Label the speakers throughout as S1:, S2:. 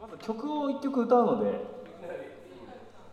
S1: まず曲を一曲歌うので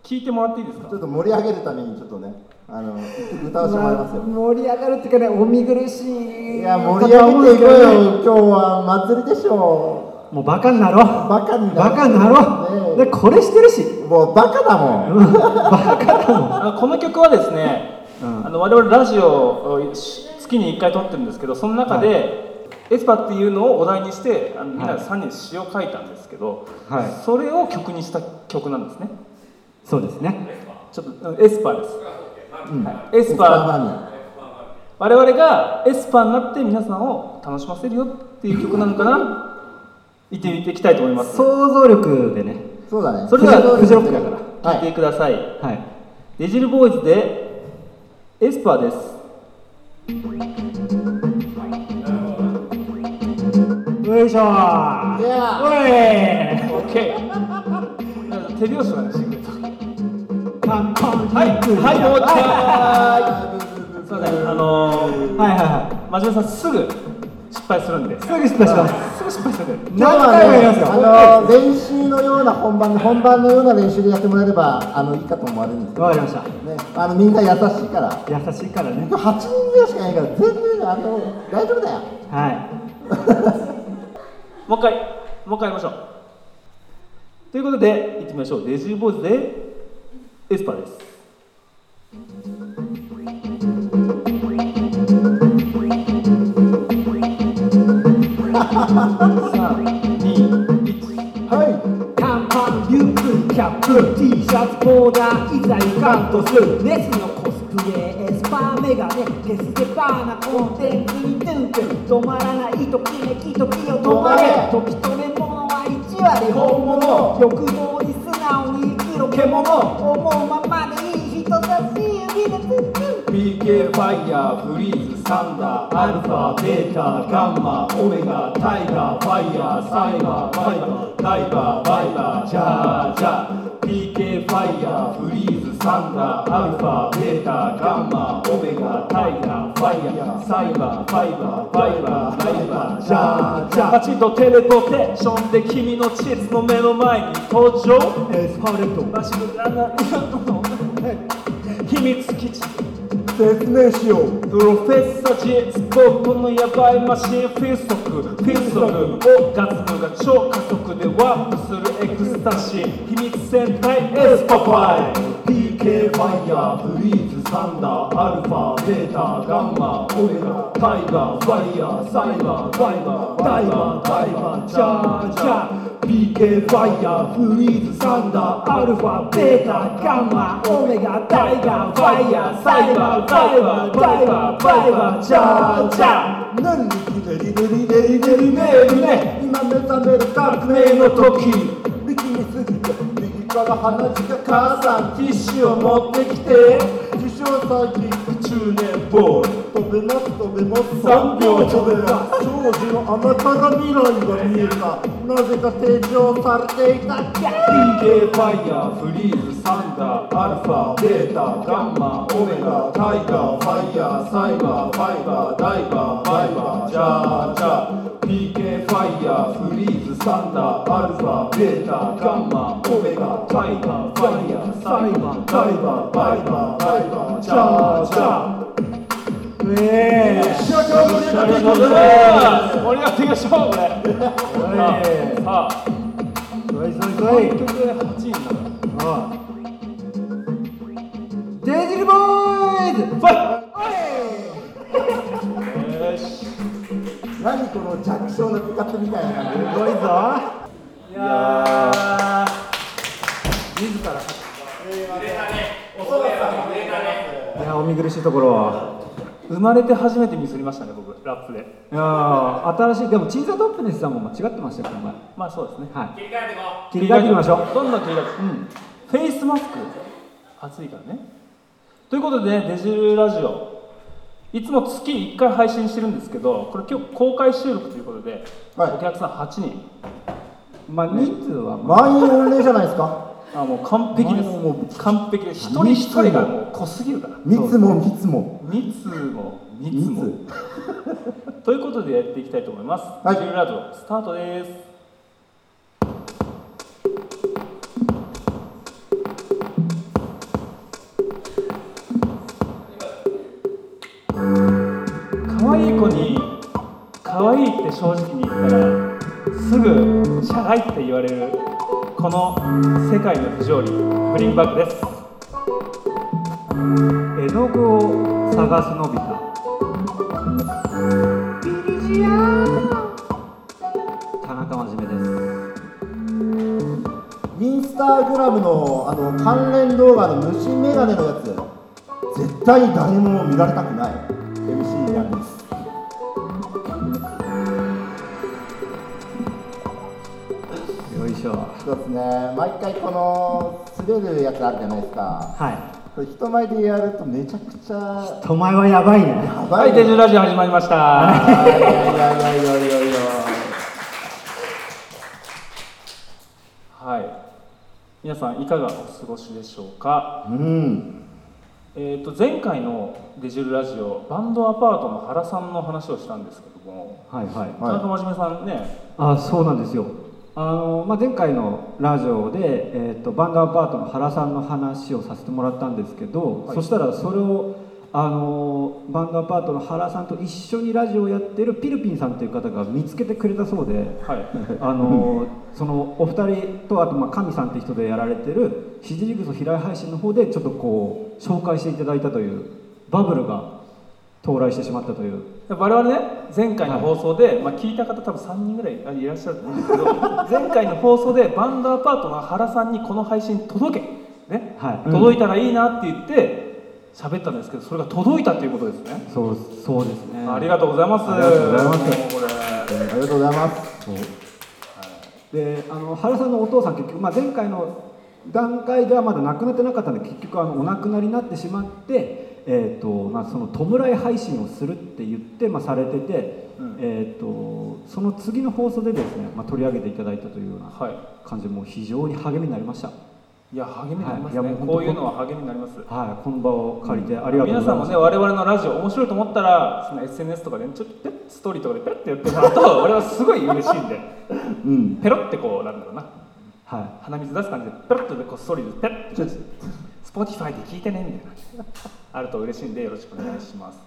S1: 聞いてもらっていいですか
S2: ちょっと盛り上げるためにちょっとねあの一曲歌わせてもらいますよ、
S3: 盛り上がるっていうかねお見苦しい
S2: いや盛り上げていこうよ今日は祭りでしょ
S3: もうバカになろう
S2: バカになろう
S3: バカになろう、
S2: ねえ
S3: でこれしてるし
S2: もうバカだもん
S1: あこの曲はですね、
S3: うん
S1: あの我々ラジオをし月に1回撮ってるんですけどその中で、エスパっていうのをお題にしてあのみんなで3人で詩を書いたんですけど、
S3: はい
S1: それを曲にした曲なんですね
S3: そうですね
S1: ちょっとうんエスパーです、はいエス
S2: スパー
S1: パー
S2: マ
S1: 我々がエスパーになって皆さんを楽しませるよっていう曲なのかな言ってみていきたいと思います
S3: 想像力でね
S2: ニアそうだね
S1: それでは
S2: 通
S1: フジ
S2: り
S1: ロ
S2: の
S1: ックだ
S2: 通り
S1: から聞い
S2: は
S1: てください、
S3: はい
S1: デジルボーイズでエスパーです
S3: よいしょー
S2: いや
S3: おい
S1: オッケー。手拍子はね、してくれた。
S3: パンパン
S1: はい、はい、もう一回。
S2: い
S1: すみません、あのー、
S3: はいはいは
S1: 真面目さんすぐ失敗するんで。
S3: いすぐ失敗します
S1: すぐ失敗するんで。
S2: 今日
S3: 何回もやりますよ
S2: はねあの練習のような本番で本番のような練習でやってもらえればあのいいかと思われるんですけど
S3: わ
S2: ね
S3: かりました
S2: あのみんな優しいから
S3: 優しいからね
S2: 今日8人ぐらいしかいないから全然あの大丈夫だよ
S3: は
S1: もう一回、もう一回やりましょう。ということで、いってみましょう。デジボーイズでエスパーです。三、二、一。
S2: はい
S3: 短パンリュックキャップ T シャツボーダーいざいかんとするネスのコスプレエスパーメガネゲスゲパーなコンテンツにトゥントゥン止まらないときめき時を止まれ時止め物は一割本物欲望に素直に生きろ獣思うままでいい人差し指でトゥントゥン
S4: BK ファイヤーフリーズサンダーアルファベータガンマオメガタイガーファイヤーサイバーバイバーダイバーバイバージャージャー BK ファイヤーフリーズサンダーアルファベータガンマオメガタイガーファイヤーサイバーバイバーバイバーダイバージャージャー
S1: パチンとテレポテーションで君のチーズの目の前に登場エスパレットマシュラナ秘密基地
S2: 説明しよう
S1: プロフェッサー J スポットのヤバいマシンフィストクフィストクオーガズムが超加速でワープするエクスタシー秘密戦隊エスパパイ
S4: PK ファイヤーフリーズサンダーアルファベータガンマオメガタイガーファイヤーサイバーファイバーダイバーダイバージャージャー PK ファイヤーフリーズサンダーアルファベータガンマオメガタイガーファイヤーサイバーダイバーダイバーダイバージャージャー何リリリリリリリリメールね今目覚める革命の時
S2: 力みすぎて右から鼻血が母さん
S4: ティッシュを持ってきて
S2: 自称詐欺
S4: 中年坊主
S2: 飛べます飛べます3
S4: 三秒
S2: 秒
S4: 飛
S2: 飛
S4: べ
S2: べ
S4: ま
S2: ます長寿のあなたが未来が見えたなぜか成長されていた
S4: PK ファイヤーフリーズサンダーアルファベータガンマオメガタイガーファイヤーサイバーファイバーダイバーバイバージャージャー PK ファイヤーフリーズサンダーアルファベータガンマオメガタイガーファイヤーサイバーダイバーバイバーバイバージャージャー
S3: ええ
S1: ありがとうございます盛り上がっていきましょうこれさあ
S3: そいそいそい
S1: 結局8人だから
S3: デジルボーイズ
S1: ファイトよし
S2: 何この弱小な部活みたいな感じ
S3: すごいぞ
S1: いや
S3: いやお見苦しいところは
S1: 生まれて初めてミスりましたね僕ラップで
S3: いやー新しいでもチーザートップネスさんも間違ってましたよこの前
S1: まあそうですね
S3: はい切り替えていきましょう
S1: どんどん切り替えてうんフェイスマスク暑いからねということで、ね、デジルラジオいつも月1回配信してるんですけどこれ今日公開収録ということで、
S2: はい
S1: お客さん8人
S3: まあ人数はま
S2: 満員御礼じゃないですか
S1: あもう完璧です
S2: もうも
S1: 完璧です一人一人がもう濃すぎるから
S2: 密も密も
S1: 密も密も
S2: 密
S1: ということでやっていきたいと思います、
S2: はい
S1: デジルラジオスタートです正直に言ったらすぐ「社外」って言われるこの世界の不条理ブリンクバックです
S3: 絵の具を探すのび太田中真面目です
S2: インスタグラムのあの関連動画の虫眼鏡のやつ絶対誰も見られたくない MC なんです
S3: よいしょ
S2: そうですね毎回この滑るやつあるじゃないですか
S3: は
S2: これ人前でやるとめちゃくちゃ
S3: いと前はやばいね
S2: やば
S1: はい
S2: い
S1: デジ
S2: ね
S1: ュラジオ始まりました
S2: いやいやいやいやいやいや
S1: はい皆さんいかがお過ごしでしょうか
S2: うん
S1: えー、と前回のデジルラジオバンドアパートの原さんの話をしたんですけども
S3: はいはい
S1: 田中真面目さんね
S3: あそうなんですよあの、まあ、前回のラジオで、えー、とバンドアパートの原さんの話をさせてもらったんですけど、
S1: はい
S3: そしたらそれをあのバンドアパートの原さんと一緒にラジオをやってるピルピンさんという方が見つけてくれたそうで。
S1: はい
S3: あのそのお二人とあとまあ神さんって人でやられてるひじりぐそ平井配信の方でちょっとこう紹介していただいたというバブルが到来してしまったという
S1: で我々ね前回の放送で、まあ、聞いた方多分3人ぐらいいらっしゃると思うん ですけど前回の放送でバンドアパートの原さんにこの配信届け、ね
S3: はい
S1: 届いたらいいなって言って喋ったんですけどそれが届いたということですね、
S3: そうそうですね
S1: ありがとうございます
S3: ありがとうございます
S1: もうこれ
S2: ありがとうございます
S3: であの原さんのお父さん結局、まあ、前回の段階ではまだ亡くなってなかったんで結局あのお亡くなりになってしまって、えーとまあ、その弔い配信をするって言って、まあ、されてて、
S1: うん
S3: えー、とその次の放送でですね、まあ、取り上げていただいたというような
S1: は
S3: 感じでもう非常に励みになりました。
S1: いいや励みになりますね、
S3: はいいやもう本当
S1: こういうのは励みになります
S3: はい、この場を借りてありがとうご
S1: 皆
S3: ざ
S1: さん
S3: いま
S1: も
S3: す。
S1: ね我々のラジオ面白いと思ったらその SNS とかでちょっとペッストーリーとかでペッてやってもらうと 我々すごい嬉しいんで
S2: うん
S1: ペロってこうなんだろうな
S3: は
S1: 鼻水出す感じでペロッとこうストーリーでペッてスポーティファイで聞いてねみたいなあると嬉しいんでよろしくお願いします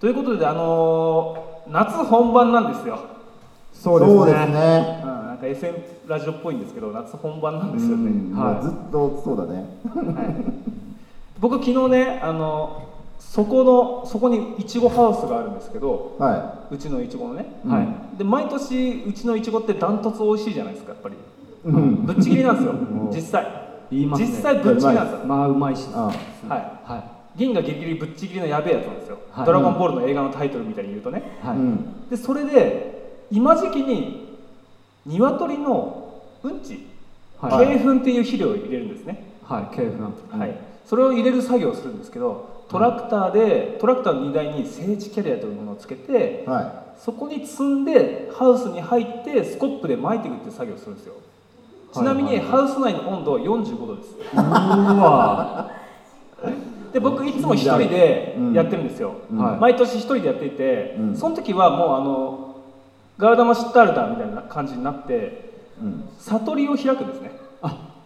S1: ということであのー夏本番なんですよ、
S3: い、
S2: そうです。ね
S1: うん、なんか SM ラジオっぽいんですけど夏本番なんですよね、
S3: はい
S2: もうずっとそうだね
S1: 僕昨日ねあのそこのそこにいちごハウスがあるんですけど
S2: は
S1: うちのいちごのね、
S2: うん
S1: はい、で毎年うちのいちごってダントツ美味しいじゃないですかやっぱり
S2: いうん
S1: ぶっちぎりなんですよ
S3: ん
S1: 実際
S3: 言いますね
S1: 実際ぶっちぎりなんですよ、
S3: まあうまいし。
S2: あ
S1: はい
S3: は
S1: 銀河ギリギリぶっちぎりのやべえやつなんですよ、
S3: はい
S1: ドラゴンボールの映画のタイトルみたいに言うとね
S3: いはい。
S2: うん
S1: でそれで今時期に鶏のうんち
S3: はい
S1: 鶏粉っていう肥料を入れるんですね、
S3: はい、ケーフなんて
S1: はい、それを入れる作業をするんですけどトラクターでトラクターの荷台に整地キャリアというものをつけて
S2: は
S1: そこに積んでハウスに入ってスコップで巻いていくっていう作業をするんですよちなみ
S3: はい
S1: に
S3: はい
S1: ハウス内の温度は45度です
S3: うーわ
S1: で僕いつも一人で
S2: うん
S1: やってるんですよ、
S2: うん
S3: はい
S1: 毎年一人でやっていて、
S2: うん
S1: その時はもうあのガーダマシッタルタみたいな感じになって
S2: い、うん、
S1: 悟りを開くんですね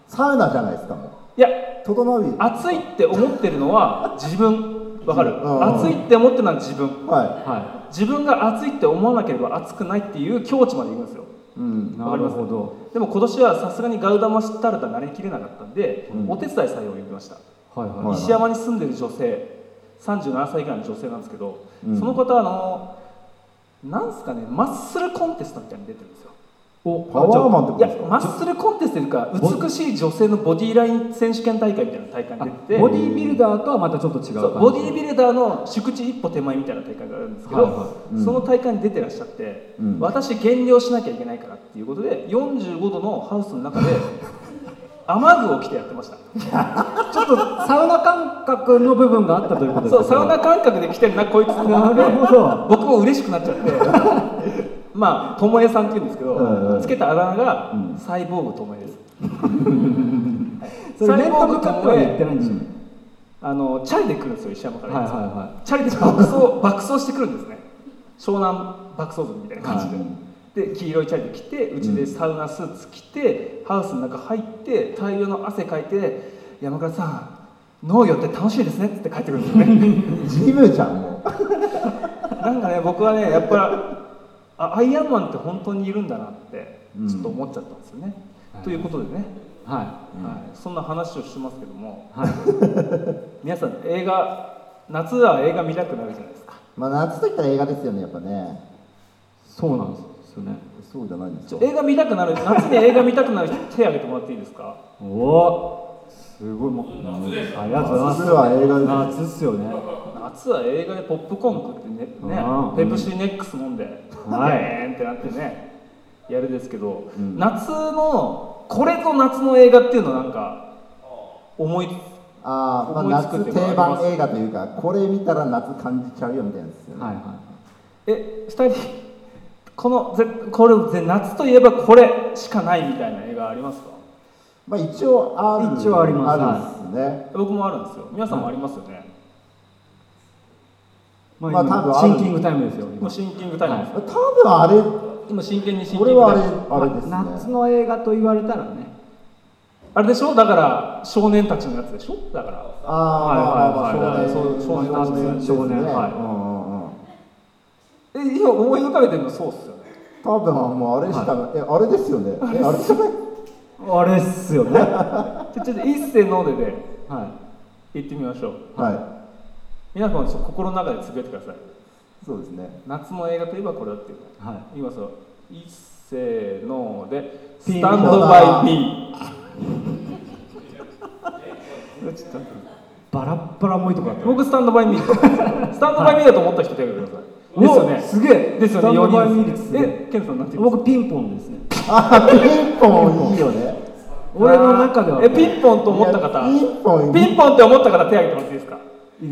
S2: サウナじゃないですかもう
S1: いや
S2: 整う
S1: 暑いって思ってるのは自分わかる
S2: うん
S1: 暑いって思ってるのは自分
S2: は
S3: は
S1: 自分が暑いって思わなければ暑くないっていう境地まで行くんですよ
S2: い、うん
S3: い、
S1: わ
S3: な
S1: かり
S3: る
S1: ます
S3: ほど。
S1: でも今年はさすがにガウダマシタルタ慣れきれなかったんで、
S2: うん
S1: お手伝いさんを呼びました、
S3: はいはい。
S2: はい
S1: 西山に住んでる女性37歳以下の女性なんですけど、
S2: うん
S1: その方あのなんすかねマッスルコンテストみたいに出てるんですよ
S3: お、
S2: パワーマンってこ
S1: い
S2: と
S1: や
S2: ですか
S1: マッスルコンテストというか美しい女性のボディーライン選手権大会みたいな大会に出てて
S3: ボディービルダーとはまたちょっと違う感じ。
S1: そうボディービルダーの宿地一歩手前みたいな大会があるんですけど、
S3: はいは
S2: うん
S1: その大会に出てらっしゃって、
S2: うん
S1: 私減量しなきゃいけないからっていうことで45度のハウスの中で 雨具を着てやってました
S3: ちょっとサウナ感覚の部分があったということです
S1: そ
S3: か
S1: うサウナ感覚で来てるなこいつってな
S3: な
S1: っ
S3: るほ
S1: て
S3: ど。
S1: 僕も嬉しくなっちゃってまあ巴さんっていうんですけど、
S2: うんうん
S1: つけたあだ名が、
S2: うん
S1: サイボーグ巴です
S3: それ面と向かっては言ってないんでしょ。
S1: あのチャリで来るんですよ石山から、
S3: はいはいは
S1: チャリで爆走爆走してくるんですね湘南爆走族みたいな感じで、で黄色いチャリで来てうちでサウナスーツ着て、ハウスの中入って大量の汗かいて「山倉さん農業って楽しいですね」って帰ってく るんですよね
S2: ジムじゃんもう
S1: なんかね僕はねやっぱあアイアンマンって本当にいるんだなってちょっと思っちゃったんですよね。ということでね、
S3: は
S1: はい、そんな話をしてますけども
S3: いはい
S1: 皆さん映画夏は映画見たくなるじゃないですか。
S2: まあ夏といったら映画ですよねやっぱね
S3: そうなんですよね
S2: そうじゃないんですか
S1: 映画見たくなる夏に映画見たくなる人手挙げてもらっていいですか
S3: おおすごいもうありがとうございます
S2: 夏は映画です
S3: 夏っすよね
S1: 夏は映画でポップコーン食ってねね
S3: うん
S1: ペプシネックス飲んで「
S3: はい
S1: えーん」ってなってねやるですけど、
S2: うん
S1: 夏のこれと夏の映画っていうのはなんか思いつ
S2: あー、まあ、
S1: 思いつく
S2: 夏
S1: っていう
S2: 定
S1: のはあります
S2: 番映画というかこれ見たら夏感じちゃうよみたいなやつですよね、
S3: はいはい
S1: え二人このぜこれぜ夏といえばこれしかないみたいな映画ありますか
S2: まあ一応ある
S3: 一応あります
S2: るんですね、
S1: 僕もあるんですよ皆さんもありますよね、
S2: まあ
S3: 今
S2: 多分あ
S3: シ
S2: る
S3: ンキングタイムですよ
S1: 今
S3: 今
S1: シンキングタイムですよ、
S2: 多分あれ
S1: 今真剣にシンキン
S2: これ
S1: グタ
S2: は
S1: イムです
S2: あれあれですね、
S3: まあ夏の映画と言われたらね
S1: あれでしょだから少年たちのやつでしょだから
S2: あーまあまあま
S1: はいはいは
S2: あ
S1: い
S2: 少年
S1: そう
S2: まあ
S1: 少年
S2: です
S3: 少年
S2: ね
S3: はい
S2: うんうんうん
S1: え今思い浮かべてるのそうっすよね
S2: 多分もうあれしかない、えあれですよねえあれじゃない
S3: あれっす よね
S1: ちょちょっと一斉のでで
S3: は
S1: 言ってみましょう
S2: は
S1: 皆さんもちょっと心の中でつぶやいてください
S2: いそうですね
S1: 夏の映画といえばこれだっていうの
S3: いはい
S1: きますよ一斉ので「
S3: ピ
S1: ス
S3: ン
S1: タ
S3: ポン
S1: ンドバイ・ビ ー」ちょっと待って
S3: バラッバラもいいとこだった
S1: 僕スタンドバイミースタンドバイミーだと思った人手挙げてください。
S3: うわ
S1: ですよ
S3: す
S1: ね。
S3: げえ
S1: ですよね。
S3: スタンドバイミー
S1: 四人
S3: 率すげえ
S1: え、ケンさんなんて言うんですか
S3: 僕ピンポンですね
S2: あピンポンいいよね
S3: 俺の中では
S1: え、ピンポンと思った方。
S2: いやピンポン
S1: ピンポンって思った方手挙げてもらっていいですか。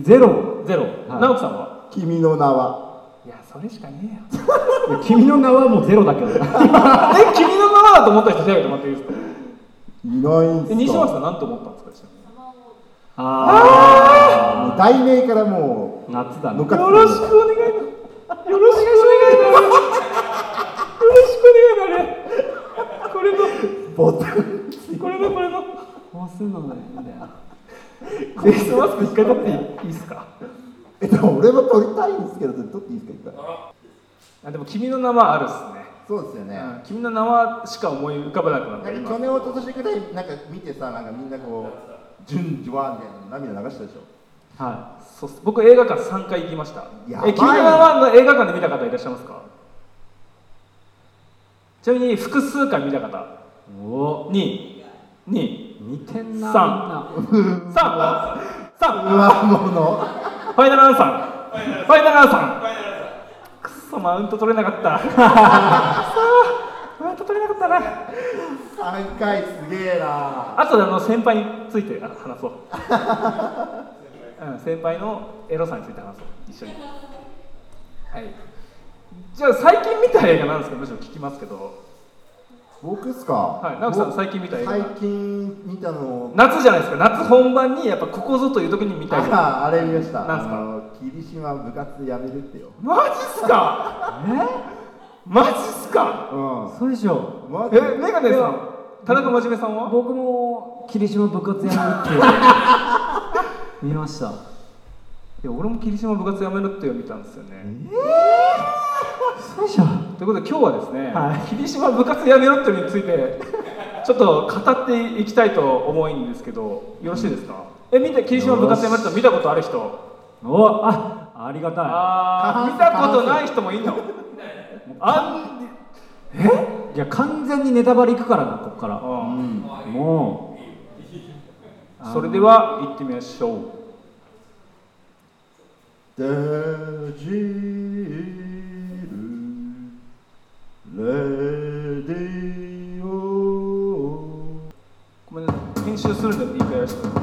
S3: ゼロ
S1: ゼロ。
S3: はい
S1: 直樹さんは。
S2: 君の名はい
S1: や、それしかねえよ。
S3: いや君の名はもうゼロだけど
S1: え、君の名はだと思った人手挙げてもらっていいですか。
S2: いないん
S1: え、
S2: す
S1: 西村
S2: よ
S1: さんなんて思ったんですかちなみに。
S3: あ
S2: もう題名からも
S3: あ夏だ
S2: う
S3: ね
S2: 乗っかって
S1: よ
S2: く
S1: ろ
S2: る
S1: しくお願いだ。よろしくお願いだ。よろしくお願いだね。これの、
S2: ボタン
S1: これの、これの。
S3: こうするのがいいんだよ
S1: フェイスマスク一回取っていいですか。
S2: えでも俺も撮りたいんですけど撮っていいですか一回
S1: あ、でも君の名はあるっすね。
S2: そうですよね
S1: うん君の名はしか思い浮かばなくなった
S2: なんか
S1: 今
S2: 去年一昨年ぐらいなんか見てさなんかみんなこう順序はみたいな涙流したでしょ
S3: は
S1: そうっす僕映画館3回行きました
S2: やばい
S1: え君の名はの映画館で見た方いらっしゃいますかちなみに複数回見た方
S3: いお
S1: にに
S3: 見てんな
S1: さん
S3: みんな
S1: 3三
S2: う
S1: フ
S2: わもの
S1: ァイナルアンサーファイナルアンサーくっそマウント取れなかった くそーマウント取れなかったな
S2: 3回すげえな
S1: あとであの先輩について話 そう、うん、先輩のエロさについて話そう一緒にはいじゃあ最近見た映画なんですかむしろ聞きますけど
S2: 僕っすか
S1: は
S2: はい
S1: 直樹さん最近見た映画
S2: 最近見たの
S1: 夏じゃないですか夏本番にやっぱここぞという時に見たいマ
S2: ああれ見ました
S1: なんすか
S2: あの霧島部活やめるってよ
S1: ジっすかマジっすか
S2: う
S3: そうでしょ
S2: んマジ
S1: えメガネさん田中真面目さんは
S3: 僕も霧島部活やめ るっていう見ました
S1: いや俺も霧島部活やめるっていうのを見たんですよね、
S3: そうでしょ
S1: ということで今日はですね、
S3: はい
S1: 霧島部活やめろっていうのについ てちょっと語っていきたいと思うんですけどよろしいですか、え見て霧島部活やめるって見たことある人
S3: おあありがた
S1: あー見たことない人もいんのあん
S3: いいや完全にネタバレいくからなこっか
S1: う
S3: ら
S1: ん
S3: も
S1: それでは行ってみましょう
S2: デジルレディオ
S1: ごめんなさい編集するんでいいかやらせてもら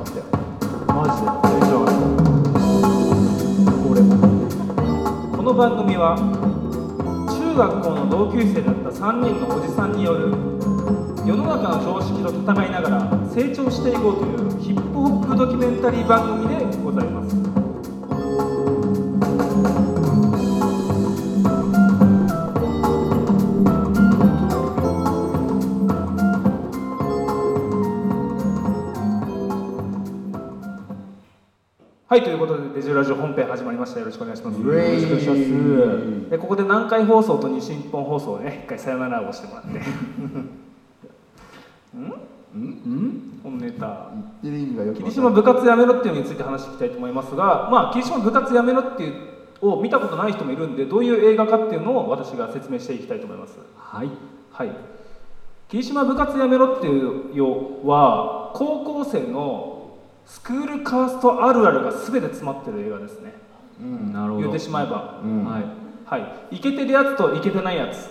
S1: って
S2: テンション上がってたよ
S3: うマ
S2: テンション上がって
S1: この番組は中学校の同級生だった3人のおじさんによる世の中の常識と戦いながら成長していこうというヒップホップドキュメンタリー番組でございますはい、ということで、デジュラジオ本編始まりました。よろしくお願いします。
S2: よろしくお願いします
S1: で、ここで南海放送と西日本放送をね、一回さよならをして もらって。うん、うん、本ネタ。
S2: 言ってる意味がよくわかんない
S1: 霧島部活やめろっていうのについて話していきたいと思いますが、まあ、霧島部活やめろっていうを見たことない人もいるんでどういう映画かっていうのを私が説明していきたいと思います。
S3: はい
S1: はい、霧島部活やめろっていうよは高校生のスクールカーストあるあるが全て詰まってる映画ですね
S2: うん
S3: なるほど
S1: 言ってしまえば、
S2: うん
S3: はい
S1: はいイケてるやつとイケてないやつ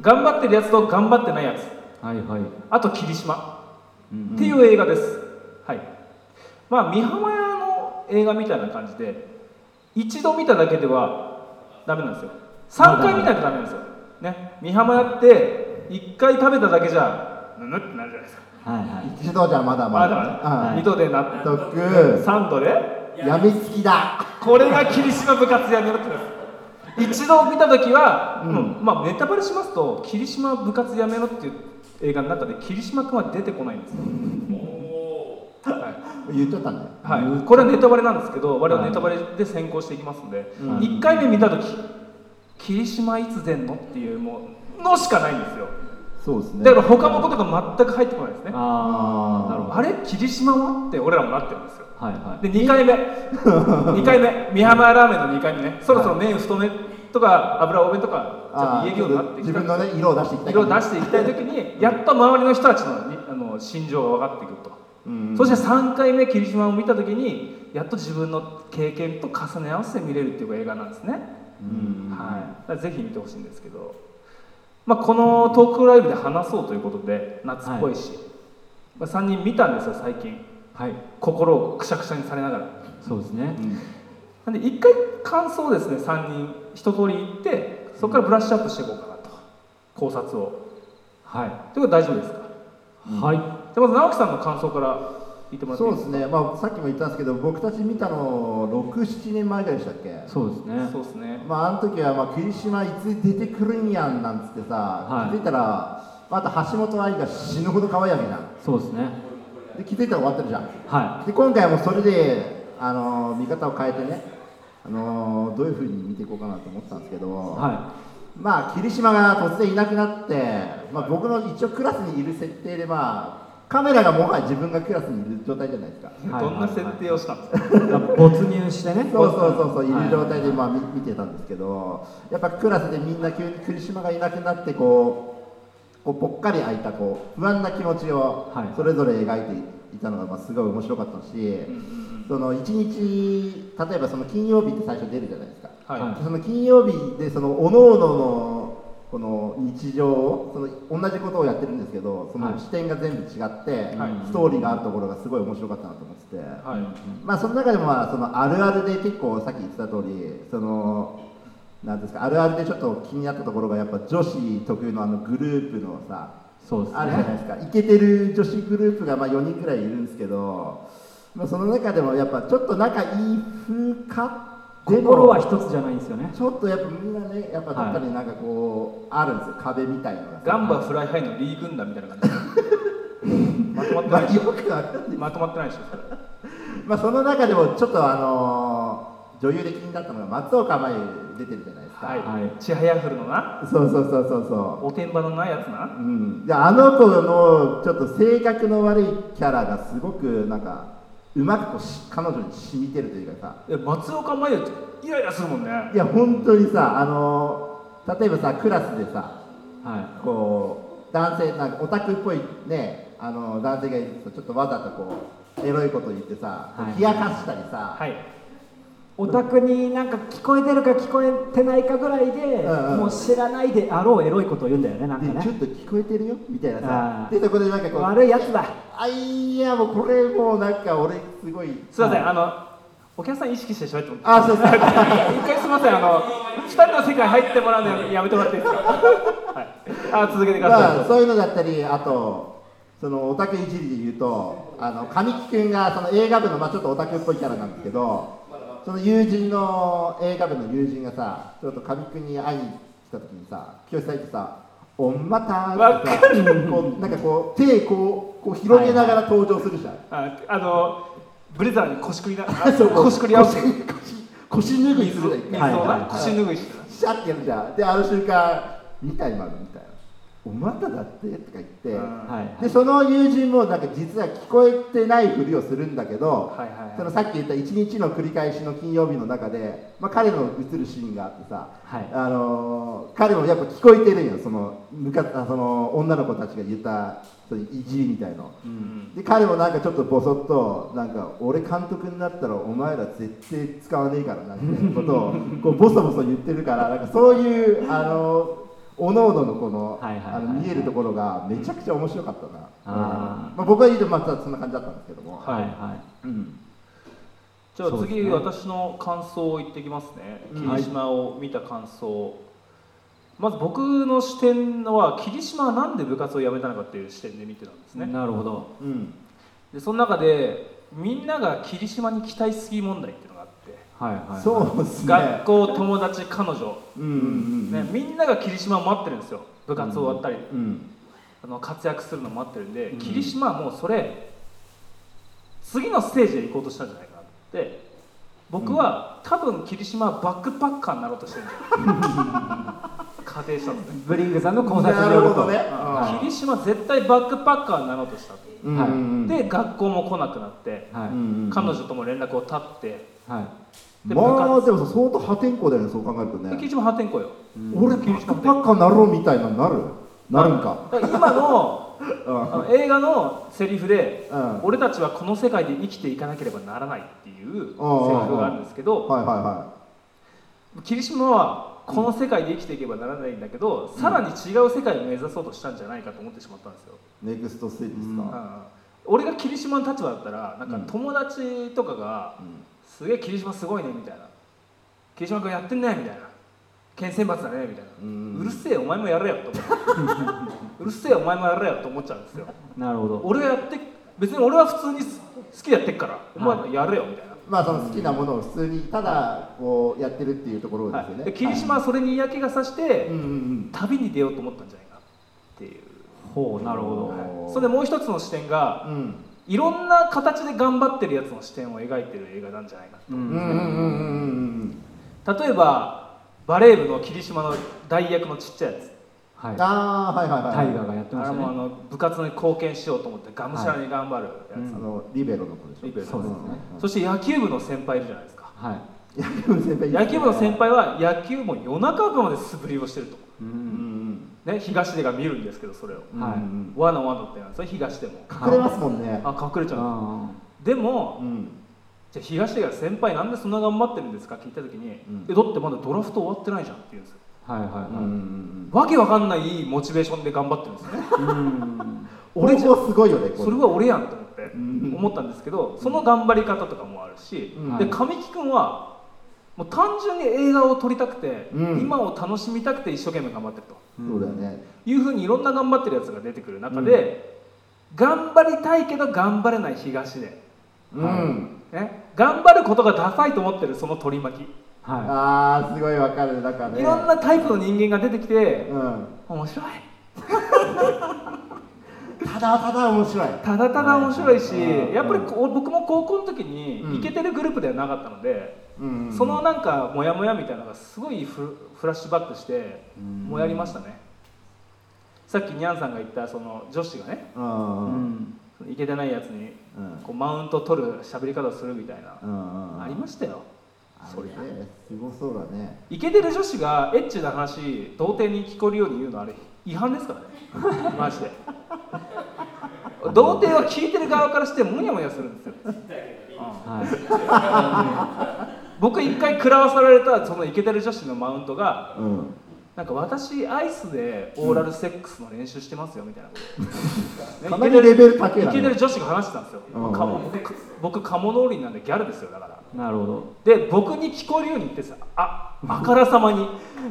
S1: 頑張ってるやつと頑張ってないやつ
S3: はいはい
S1: あと霧島っていう映画です、はいまあ美浜屋の映画みたいな感じで一度見ただけではダメなんですよ3回見ないとダメなんですよ、ね、美浜屋って1回食べただけじゃぬぬってなるじゃないですか
S3: はいはい
S2: 一度じゃまだ
S1: ま
S2: ま
S1: だ
S2: だ
S1: まだ
S2: うん
S1: 2度でなって
S2: とく
S1: 3度で
S2: やみつきだ
S1: これが霧島部活やめろってです一度見た時は、うんまあ、ネタバレしますと霧島部活やめろっていう映画の中で霧島君は出てこないんですよ、はい
S2: 言っちゃったね
S1: はい、これはネタバレなんですけど我々はネタバレで先行していきますので、
S3: うん
S1: 1回目見た時「霧島いつ出んの?」っていうもう「の」しかないんですよ
S2: そうですね
S1: だから他のことが全く入ってこないですね
S3: ああなるほど
S1: あれ霧島はって俺らもなってるんですよ
S3: はいはい
S1: で2回目2回目美浜ラーメンの2回目ねそろそろ麺太めとか油多めとかちょっと
S2: あー
S1: 言えるようになってき
S2: 自
S1: た
S2: 分のね色を出していきたい
S1: 色を出していきたい時にやっと周りの人たちのにあの心情が分かってくると。そして3回目霧島を見た時にやっと自分の経験と重ね合わせて見れるっていう映画なんですね、はい、だからぜひ見てほしいんですけど、まあ、このトークライブで話そうということで夏っぽいし、まあ、3人見たんですよ最近
S3: はい
S1: 心をくしゃくしゃにされながら
S3: そうですね
S1: なんで一回感想をですね3人一通り言ってそこからブラッシュアップしていこうかなと考察を
S3: は
S1: ということで大丈夫ですか
S3: いはい
S1: じゃあまず直樹さんの感想から言ってもらってい
S2: そ
S1: いうで
S2: ですすね、まあ、さっきも言ったんですけど僕たち見たの67年前ぐらいでしたっけ
S3: そうですね
S1: かそうですね
S2: まああの時は、まあ、霧島いつ出てくるんやんなんつってさ、
S3: はい
S2: 気づいたらまた橋本愛が死ぬほど可愛いわけじゃん
S3: そうですね
S2: で気づいたら終わってるじゃん
S3: は
S2: で今回もそれで、あのー見方を変えてね、あのーどういうふうに見ていこうかなと思ったんですけど、
S3: いは
S2: まあ霧島が突然いなくなって、まあ、僕の一応クラスにいる設定で、まあ、カメラがもはや自分がクラスにいる状態じゃないですか。
S3: いはい
S1: どんな設定をしたんですか、
S3: 没入してね
S2: そうそうそうそう、い
S3: は
S2: る状態でまあみ見てたんですけど、やっぱクラスでみんな急に霧島がいなくなってこう、こうぽっかり空いたこう不安な気持ちを
S3: はい
S2: それぞれ描いていたのがまあすごい面白かったし、その一日、例えばその金曜日って最初出るじゃないですか、
S1: はい
S3: は
S2: その金曜日でそのおのおののこの日常をその同じことをやってるんですけど、そ
S3: は
S2: の
S3: い
S2: 視点が全部違って、
S1: はい
S2: ストーリーがあるところがすごい面白かったなと思ってて。
S1: はい
S2: まあその中でもまあそのあるあるで結構さっき言ってた通りそのなんですかあるあるでちょっと気になったところがやっぱ女子特有のあのグループのさ
S3: そうです
S2: あるじゃない
S3: ね
S2: ですかイケてる女子グループがまあ4人くらいいるんですけど、まあ、その中でもやっぱちょっと仲いい風かで
S3: 心は
S2: も
S3: 一つじゃないんですよね
S2: ちょっとやっぱみんなねやっぱどっかでなんかこうあるんですよ壁みたいのが
S1: ガンバフライハイのリー軍団みたいな感 じまとまってない
S2: まあ
S1: でし
S2: よ
S1: ょ
S2: くわかんない
S1: まとまってないでしょそれ
S2: まあ、その中でもちょっとあの女優で気になったのが松岡茉優出てるじゃないですか、
S1: はい、
S3: はい
S1: ちはやふるのな
S2: そうそうそうそうそ
S1: おてんばのないやつな
S2: う、うん、であの子のちょっと性格の悪いキャラがすごくなんかうまくこうし彼女に染みてるというか
S1: え松岡茉優ってイライラするもんね
S2: さいや本当にさあの例えばさクラスでさ
S3: は
S2: こう男性なんかオタクっぽいねあの男性がいるとちょっとわざとこうエロいこと言ってさ、
S3: はい
S2: 冷やかしたりさ、
S1: はい
S3: お宅になんか聞こえてるか聞こえてないかぐらいで、
S2: うんうん
S3: もう知らないであろうエロいことを言うんだよねなんか
S2: でちょ
S3: ね
S2: っと聞こえてるよみたいなさ
S3: あー
S2: でそこでなんかこう
S3: 悪いやつだ
S2: あいやもうこれもうなんか俺すごい
S1: すいません、あのお客さん意識してしゃべってもらっ
S2: あそうそう
S1: て一回すいませんあの二人の世界入ってもらうのやめてもらっていいですか、はい、あ続けてください、
S2: まあそういうのだったりあとそのオタクいじりで言うとあの神木君がその映画部の、まあ、ちょっとオタクっぽいキャラなんですけどその友人の映画部の友人がさちょっと神木君に会いに来た時にさ清志さんってさ「おんまたー」ってさこうなんかこう手こうこう広げながら登場するじゃん、
S1: ああのブレザーに腰くりな 腰くり合わせて
S2: 腰脱ぐいす
S1: 水を
S2: るじゃん
S1: 水
S2: 一
S1: を
S2: 回
S3: はいはい
S1: な腰拭いしてた
S2: シャってやるじゃんであの瞬間「見た今の」みたいな「おまただって」とか言って、
S1: うん
S3: はい
S2: でその友人もなんか実は聞こえてないふりをするんだけど、
S1: はいはいはい
S2: そのさっき言った一日の繰り返しの金曜日の中で、まあ、彼の映るシーンがあってさ、
S3: はい
S2: あのー彼もやっぱ聞こえてるんよその向かったその女の子たちが言ったそのいじりみたいの。で彼もなんかちょっとボソッとなんか俺監督になったらお前ら絶対使わねえからなみたいなこと をこうボソボソ言ってるからなんかそういうあのおのおののこの
S3: はいはいはい
S2: あの見えるところがめちゃくちゃ面白かったな、
S3: あ
S2: まあ、僕は言うとまたそんな感じだったんですけども、
S3: はいは
S2: うん、
S1: じゃあ
S3: そうです
S1: 次、
S3: ね
S1: 私の感想を言ってきますね
S2: うん
S1: 霧島を見た感想、まず僕の視点は霧島はなんで部活を辞めたのかっていう視点で見てたんです
S3: い、
S1: ね
S3: なるほど
S2: うん、
S1: でその中でみんなが霧島に期待しすぎ問題っていうのがあって
S3: はいはい
S2: そうですね
S1: 学校友達彼女、
S2: うんうんうん
S1: ね、みんなが霧島を待ってるんですよ部活終わったり、
S2: うん
S1: あの活躍するのを待ってるんで、霧島はもうそれ次のステージへ行こうとしたんじゃないかなって僕は、多分霧島はバックパッカーになろうとしてるんじゃない 仮定したんですね
S3: ブリングさんの考察
S2: な
S3: に
S2: る
S3: よる
S2: ほ
S3: と
S2: どね、
S1: 霧島絶対バックパッカーになろうとしたと、
S2: うん
S3: はい
S2: うん
S1: で学校も来なくなって、
S3: はい、
S2: うんうん
S1: 彼女とも連絡を絶って
S3: はい
S1: で
S2: まあでもさ相当破天荒だよねそう考えると
S1: で
S2: ね
S1: 霧島破天荒よ
S2: 俺バ
S1: 霧
S2: ッ
S1: 島
S2: クパッカーなろうみたいなのなるなるんか、
S1: だから今の
S2: うん
S1: あの映画のセリフで、
S2: うん
S1: 俺たちはこの世界で生きていかなければならないっていうセリフがあるんですけど、
S2: はいはいは
S1: 霧島はこの世界で生きていけばならないんだけど、さらに違う世界を目指そうとしたんじゃないかと思ってしまったんですよ、
S2: い。ネクストステージです
S1: う
S2: か。
S1: ん俺が霧島の立場だったらなんか友達とかが「すげえ霧島すごいね」みたいな「霧島君やってんね」みたいな「県選抜だね」みたいな「う
S2: うん
S1: るせえお前もやれよ」と思 ううるせえお前もやれよと思っちゃうんですよ
S3: なるほど
S1: 俺がやって別に俺は普通にす好きでやってっからお前やれよみたいな、
S2: まあその好きなものを普通にただこうやってるっていうところですよ
S1: はい、
S2: ね。
S1: で霧島はそれに嫌気がさして、
S2: はい。うんうん
S1: 旅に出ようと思ったんじゃないかなっていう、
S3: ほうなるほど、
S2: おー
S1: それでもう一つの視点が
S2: うん。うん
S1: いろんな形で頑張ってるやつの視点を描いてる映画なんじゃないか
S3: う
S2: うんんうんうんうん
S1: な例えばバレー部の霧島の代役のちっちゃいやつ
S3: は
S2: う
S3: い
S2: ん。ああはいはいはい。
S3: タイガーがやってま
S1: あ
S3: し
S1: れ
S3: たね
S1: もあの部活に貢献しようと思ってがむしゃらに頑張るやつ、
S2: あのリベロの子でしょ。
S1: リベロ
S3: そうですね
S1: そして野球部の先輩いるじゃないですか
S3: はい
S2: 野球部の先輩。
S1: 野球部の先。輩は野球も夜中まで素振りをしてると、
S2: う
S3: う
S2: ん
S3: ん
S1: ね、東出が見るんですけどそれを、
S2: うんうん。
S3: はい
S2: うん
S1: わなわなってなんですよ東出も
S2: 隠れますもんね。
S1: あ隠れちゃう
S3: あ
S1: でも、
S2: うん。
S1: じゃあ東出が先輩なんでそんな頑張ってるんですかって聞いた時に、
S2: うん
S1: えだってまだドラフト終わってないじゃんって言うんですよ
S3: ーはいはい
S2: うんう
S3: は
S2: んう
S3: い、
S2: ん。
S1: わけわかんないモチベーションで頑張ってるんですよ ね
S3: うん、
S2: 俺もすごいよね。こ
S1: それは俺やんと思って
S2: ん
S1: 思ったんですけどその頑張り方とかもあるし、
S2: うん
S1: で神木君はもう単純に映画を撮りたくて、
S2: うん
S1: 今を楽しみたくて一生懸命頑張ってると
S2: そうだよね。
S1: いうふうにいろんな頑張ってるやつが出てくる中で、頑張りたいけど頑張れない東出、
S2: うん。
S1: ね、頑張ることがダサいと思ってるその取り巻き
S3: は
S2: ああすごいわかるだからね。
S1: いろんなタイプの人間が出てきて
S2: うん。
S1: 面白い
S2: ただただ面白い。
S1: ただただ面白いし、
S2: うん
S1: やっぱりこう僕も高校の時に
S2: うん
S1: イケてるグループではなかったので、
S2: うんうん
S1: そのなんかモヤモヤみたいなのがすごいフフラッシュバックしてもやりましたね、さっきにゃんさんが言ったその女子がね
S2: うん
S3: い、
S2: う
S3: うんん、
S1: そのイケてないやつに
S2: うん
S1: こうマウント取る喋り方をするみたいな
S2: う、んうん
S1: ありましたよ
S2: それねすごそうだね
S1: イケてる女子がエッチな話童貞に聞こえるように言うのあれ違反ですからね マジで童貞は聞いてる側からしてモヤモヤするんですよ
S3: はい
S1: 僕一回食らわされたそのイケてる女子のマウントが
S2: うん
S1: なんか私アイスでオーラルセックスの練習してますよみたいなこと、
S2: かなりレベル高い
S1: イ
S2: な
S1: ケてる女子が話してたんですよ、
S2: うん
S1: カモ僕僕カモ農林なんでギャルですよだから
S3: なるほど
S1: で僕に聞こえるように言ってさああからさまに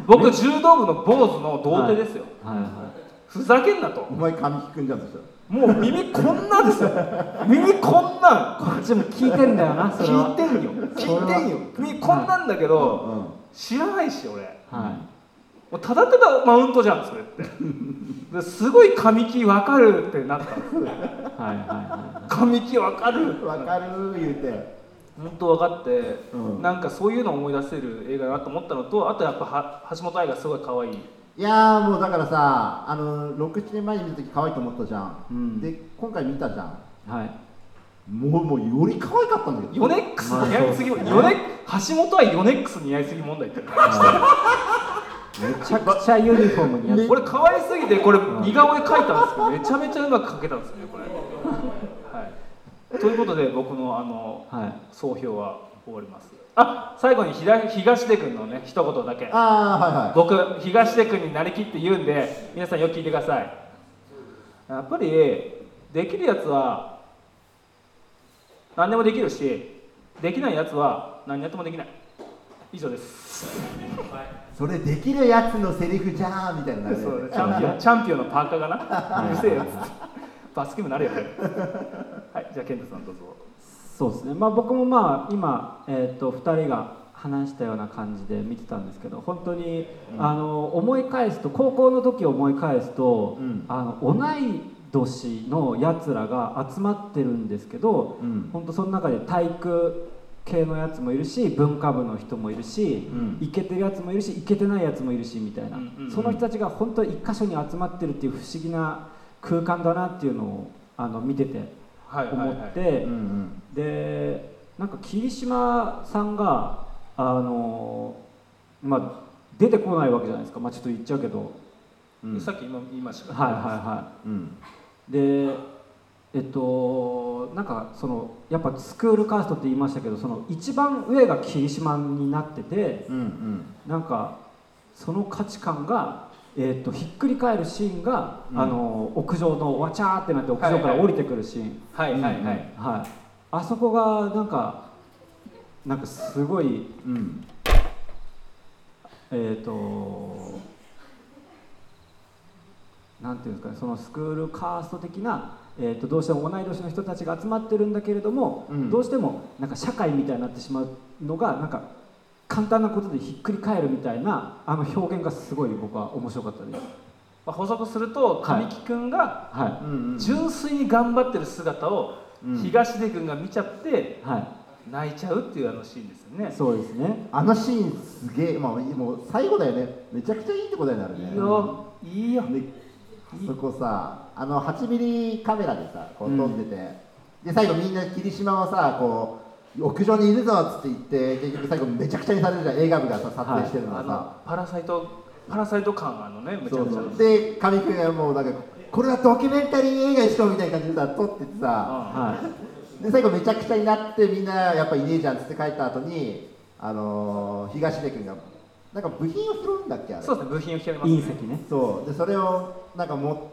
S1: 僕柔道部の坊主の童貞ですよ、
S3: はいは
S1: ふざけんなと
S2: お前髪引くんじゃんそしたら
S1: もう耳こんなですよ耳こんなん
S3: いこっちも聞いてんだよなそれ
S1: 聞い
S3: は
S1: てんよ聞いてんよ耳こんなんだけ
S2: う
S1: ど
S2: ん
S1: 知らないし俺
S3: は
S1: もうただただマウントじゃんそれってですごい神木わかるってなったんです
S3: はいは
S1: 神木わかる
S2: わかる言うて
S1: 本当分かって、
S2: うん
S1: なんかそういうのを思い出せる映画だなと思ったのとあとやっぱは橋本愛がすごい可愛い
S2: いやーもうだからさあの67年前に見た時可愛いと思ったじゃん、
S3: うん
S2: で今回見たじゃん
S3: いはい。
S2: もうもうより可愛かったんだけど
S1: ヨネックス
S3: まあ
S1: 似合いすぎ、
S3: そうですね
S1: ヨネ橋本愛ヨネックス似合いすぎ問題って
S3: めちゃくちゃユニフォームにやって
S1: これ可愛すぎてこれ似顔絵描いたんですけどめちゃめちゃうまく描けたんですよねこれ、はい、ということで僕のあの
S3: はい。
S1: 総評は終わりますあ最後にひら東出君のね一言だけ
S2: ああはいはい
S1: 僕東出君になりきって言うんで皆さんよく聞いてくださいやっぱりできるやつは何でもできるしできないやつは何やってもできない以上です
S2: それできるやつのセリフじゃんみたいになる
S1: そ
S2: よ
S1: う
S2: ね
S1: チャンピオンチャンピオンのパーカーが なうるせえやつってバスケ部なるよねはいじゃあ健太さんどうぞ
S3: そうですね、まあ、僕もまあ今、えー、と2人が話したような感じで見てたんですけど本当に、あの思い返すと高校の時を思い返すと、
S2: うん
S3: あの同い年のやつらが集まってるんですけど、
S2: うん
S3: 本当その中で体育系のやつもいるし文化部の人もいるし
S2: うん
S3: イケ、てるやつもいるしイケてないやつもいるしみたいな、
S1: うんうんうん
S3: その人たちが本当に一箇所に集まってるっていう不思議な空間だなっていうのをあの見てて
S1: はいはい
S3: 思
S1: はい
S3: って。
S2: うんうん
S3: でなんか霧島さんがあのまあ出てこないわけじゃないですか、まあ、ちょっと言っちゃうけど
S2: うん
S1: さっき今言いました
S3: はいはいは
S2: うん
S3: いでえっとなんかそのやっぱスクールカーストって言いましたけどその一番上が霧島になってて
S2: うんうん
S3: なんかその価値観が、えっと、ひっくり返るシーンが、
S2: うん
S3: あの屋上のわちゃーってなって屋上から降りてくるシーン、
S1: はいはいはいはい
S3: はい、あそこがなんかなんかすごい
S2: うん
S3: えっ、となんていうんですかねそのスクールカースト的な、えー、とどうしても同い年の人たちが集まってるんだけれども、
S2: うん
S3: どうしてもなんか社会みたいになってしまうのがなんか簡単なことでひっくり返るみたいなあの表現がすごい僕は面白かったです。
S1: まあ、補足すると神木君が
S3: は
S2: うんうん
S1: 純粋に頑張ってる姿を
S2: うん
S1: 東出君が見ちゃって
S3: い、は
S1: 泣いちゃうっていうあのシーンですよね
S3: い、そうですね。
S2: あのシーンすげえ、まあ、もう最後だよねめちゃくちゃいいとこだよねあれね
S1: いいよいいよ
S2: であそこさあの8ミリカメラでさこう撮ってて、で最後みんな霧島をさこう屋上にいるぞっつって言って結局最後めちゃくちゃにされるじゃん映画部がさ撮影してるの
S1: あ
S2: がさ、
S1: のパラサイトパラサイト感あのねめち
S2: そ
S1: ゃ
S2: う
S1: くちゃ
S2: そうで神木がもうなんかこれはドキュメンタリー映画にしようみたいな感じでさ撮っててさ、
S1: あ
S3: はい、
S2: で最後めちゃくちゃになってみんなやっぱいねえじゃんっつって帰った後にあのー東出君がなんか部品を拾うんだっけあれ
S1: そうですね部品を広げます、
S3: 隕
S1: ね、
S3: 石ね。
S2: そうでそれをなんかも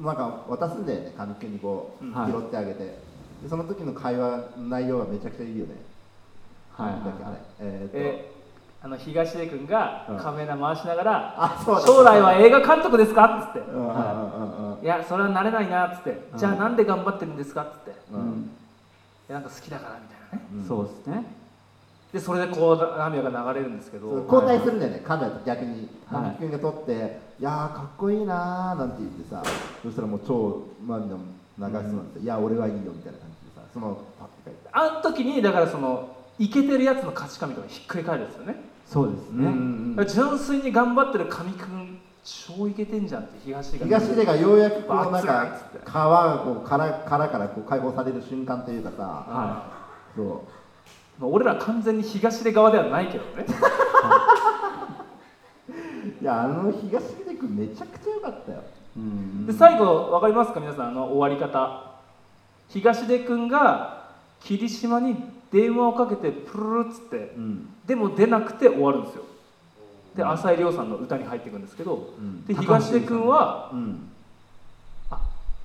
S2: なんか渡すんだよね神木にこう
S1: うん
S3: はい
S2: 拾ってあげて、でその時の会話の内容がめちゃくちゃいいよね
S3: はい、
S2: なんだっけあれえーっと、
S1: えーあの東出君がカメラ回しながら「
S2: あそうだ
S1: 将来は映画監督ですか?」っつって
S2: うんうんうん
S1: 「いやそれはなれないな」っつって「じゃあなんで頑張ってるんですか?」っつって「い
S2: うんうん
S1: やなんか好きだから」みたいなね
S2: うん
S3: そうですね。
S1: でそれでこう涙が流れるんですけど
S2: そう交代するんだよね、カメラと逆に、
S3: はい
S2: 神木君が撮って、いやー、かっこいいなーなんて言ってさ、そしたらもう超、涙も流すのって、いや、俺はいいよみたいな感じでさ、そのパッて書いて、
S1: あの時にだからそのイケてるやつの価値観みたいなのがひっくり返るんですよね、
S3: そうです
S2: う
S3: ね。
S2: ん
S1: だから純粋に頑張ってる神くん超イケてんじゃんって東出が
S2: 東出がようやくこう、
S1: バ
S2: なん
S1: ツンっ
S2: か
S1: つって、
S2: 皮がこう殻殻からこう解放される瞬間というかさ、
S1: は
S2: そ
S1: い、
S2: う。
S1: まあ俺ら完全に東出側ではないけどね
S2: いや、あの東出君、めちゃくちゃ良かったよ。
S3: うん
S1: で最後わかりますか皆さんあの終わり方東出くんが霧島に電話をかけてプルルっつって
S2: うん。
S1: でも出なくて終わるんですよで浅井亮さんの歌に入っていくんですけど
S2: うん。
S1: で東出くんは
S2: うん。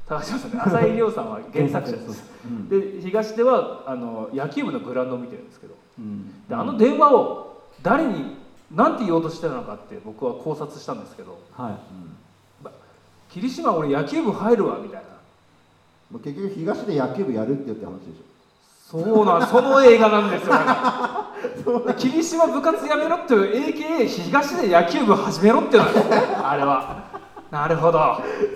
S1: 高橋さんね浅井亮さんは原作者です
S2: うん
S1: で東出はあの野球部のグラウンドを見てるんですけど
S3: うん
S1: であの電話を誰に何て言おうとしてたのかって僕は考察したんですけど
S3: はい。
S2: うん
S1: 「霧島俺野球部入るわ」みたいな
S2: もう結局、東出野球部やるって言って話でし
S1: そう なんその映画なんですよだ からで霧島部活やめろっていう AKA 東で野球部始めろっていうのなんですあれはなるほど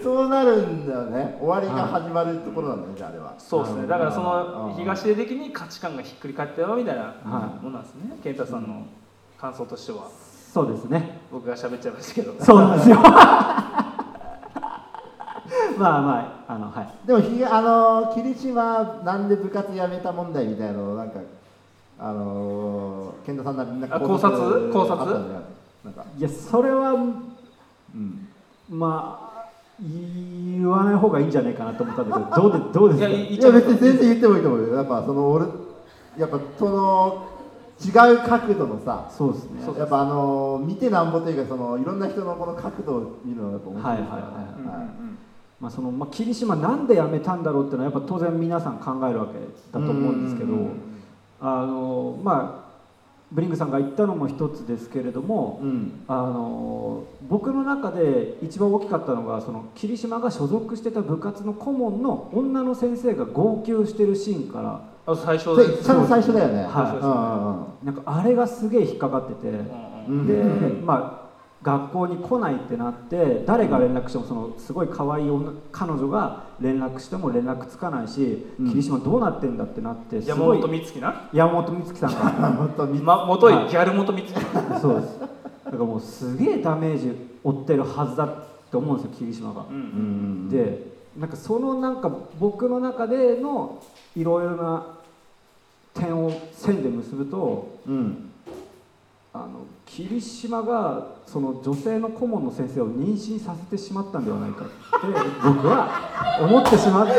S2: そうなるんだよね終わりが始まるところなんだよねじゃああれは
S1: そうですねだからそ
S2: うん
S1: の東出的に価値観がひっくり返ったよみたいな
S3: は
S1: もんなんですね健太さんの感想としては
S3: そうですね
S1: 僕が喋っちゃいましたけど
S3: そうなんですよ まあまああのはい
S2: でもひげあのー霧島なんで部活やめた問題みたいなのをなんかあのー健太さんなみんな
S1: あ考察考察
S2: あったんだよねなんか
S3: いやそれは
S2: うん
S3: まあ言わない方がいいんじゃないかなと思ったんだ けどどうでどうですか
S1: いやい
S2: いや別に全然言ってもいいと思うよやっぱその俺やっぱその違う角度のさ
S3: そうですね
S1: そう
S2: やっぱあのー見てなんぼというかそのいろんな人のこの角度を見るのがやっぱ面白いですよね
S3: はいはいはい
S1: うんうんうん
S3: まあそのまあ、霧島なんで辞めたんだろうっていうのはやっぱ当然皆さん考えるわけだと思うんですけど
S2: うんうんうんうん
S3: あのまあブリングさんが言ったのも一つですけれども、
S2: うん
S3: あの僕の中で一番大きかったのがその霧島が所属してた部活の顧問の女の先生が号泣してるシーンから
S1: あ最初
S2: それ
S1: で
S2: 一番最初だよね
S3: はいなんかあれがすげえ引っかかってて。
S1: うんうん
S2: うんうんうん
S3: で、
S2: うん
S3: まあ、学校に来ないってなって誰が連絡してもそのすごい可愛い女彼女が連絡しても連絡つかないし、
S2: うん
S3: 霧島どうなってんだってなってす
S1: 山
S3: ごい
S1: 本美月な
S3: 山本美月さんが
S2: 本当に
S1: ま元いギャル元美月
S3: そうですだからもうすげえダメージ負ってるはずだって思うんですよ霧島が
S1: う。
S2: うんん
S3: でなんかそのなんか僕の中でのいろいろな点を線で結ぶと
S2: うん
S3: あの霧島がその女性の顧問の先生を妊娠させてしまったんではないかって僕は思ってしまって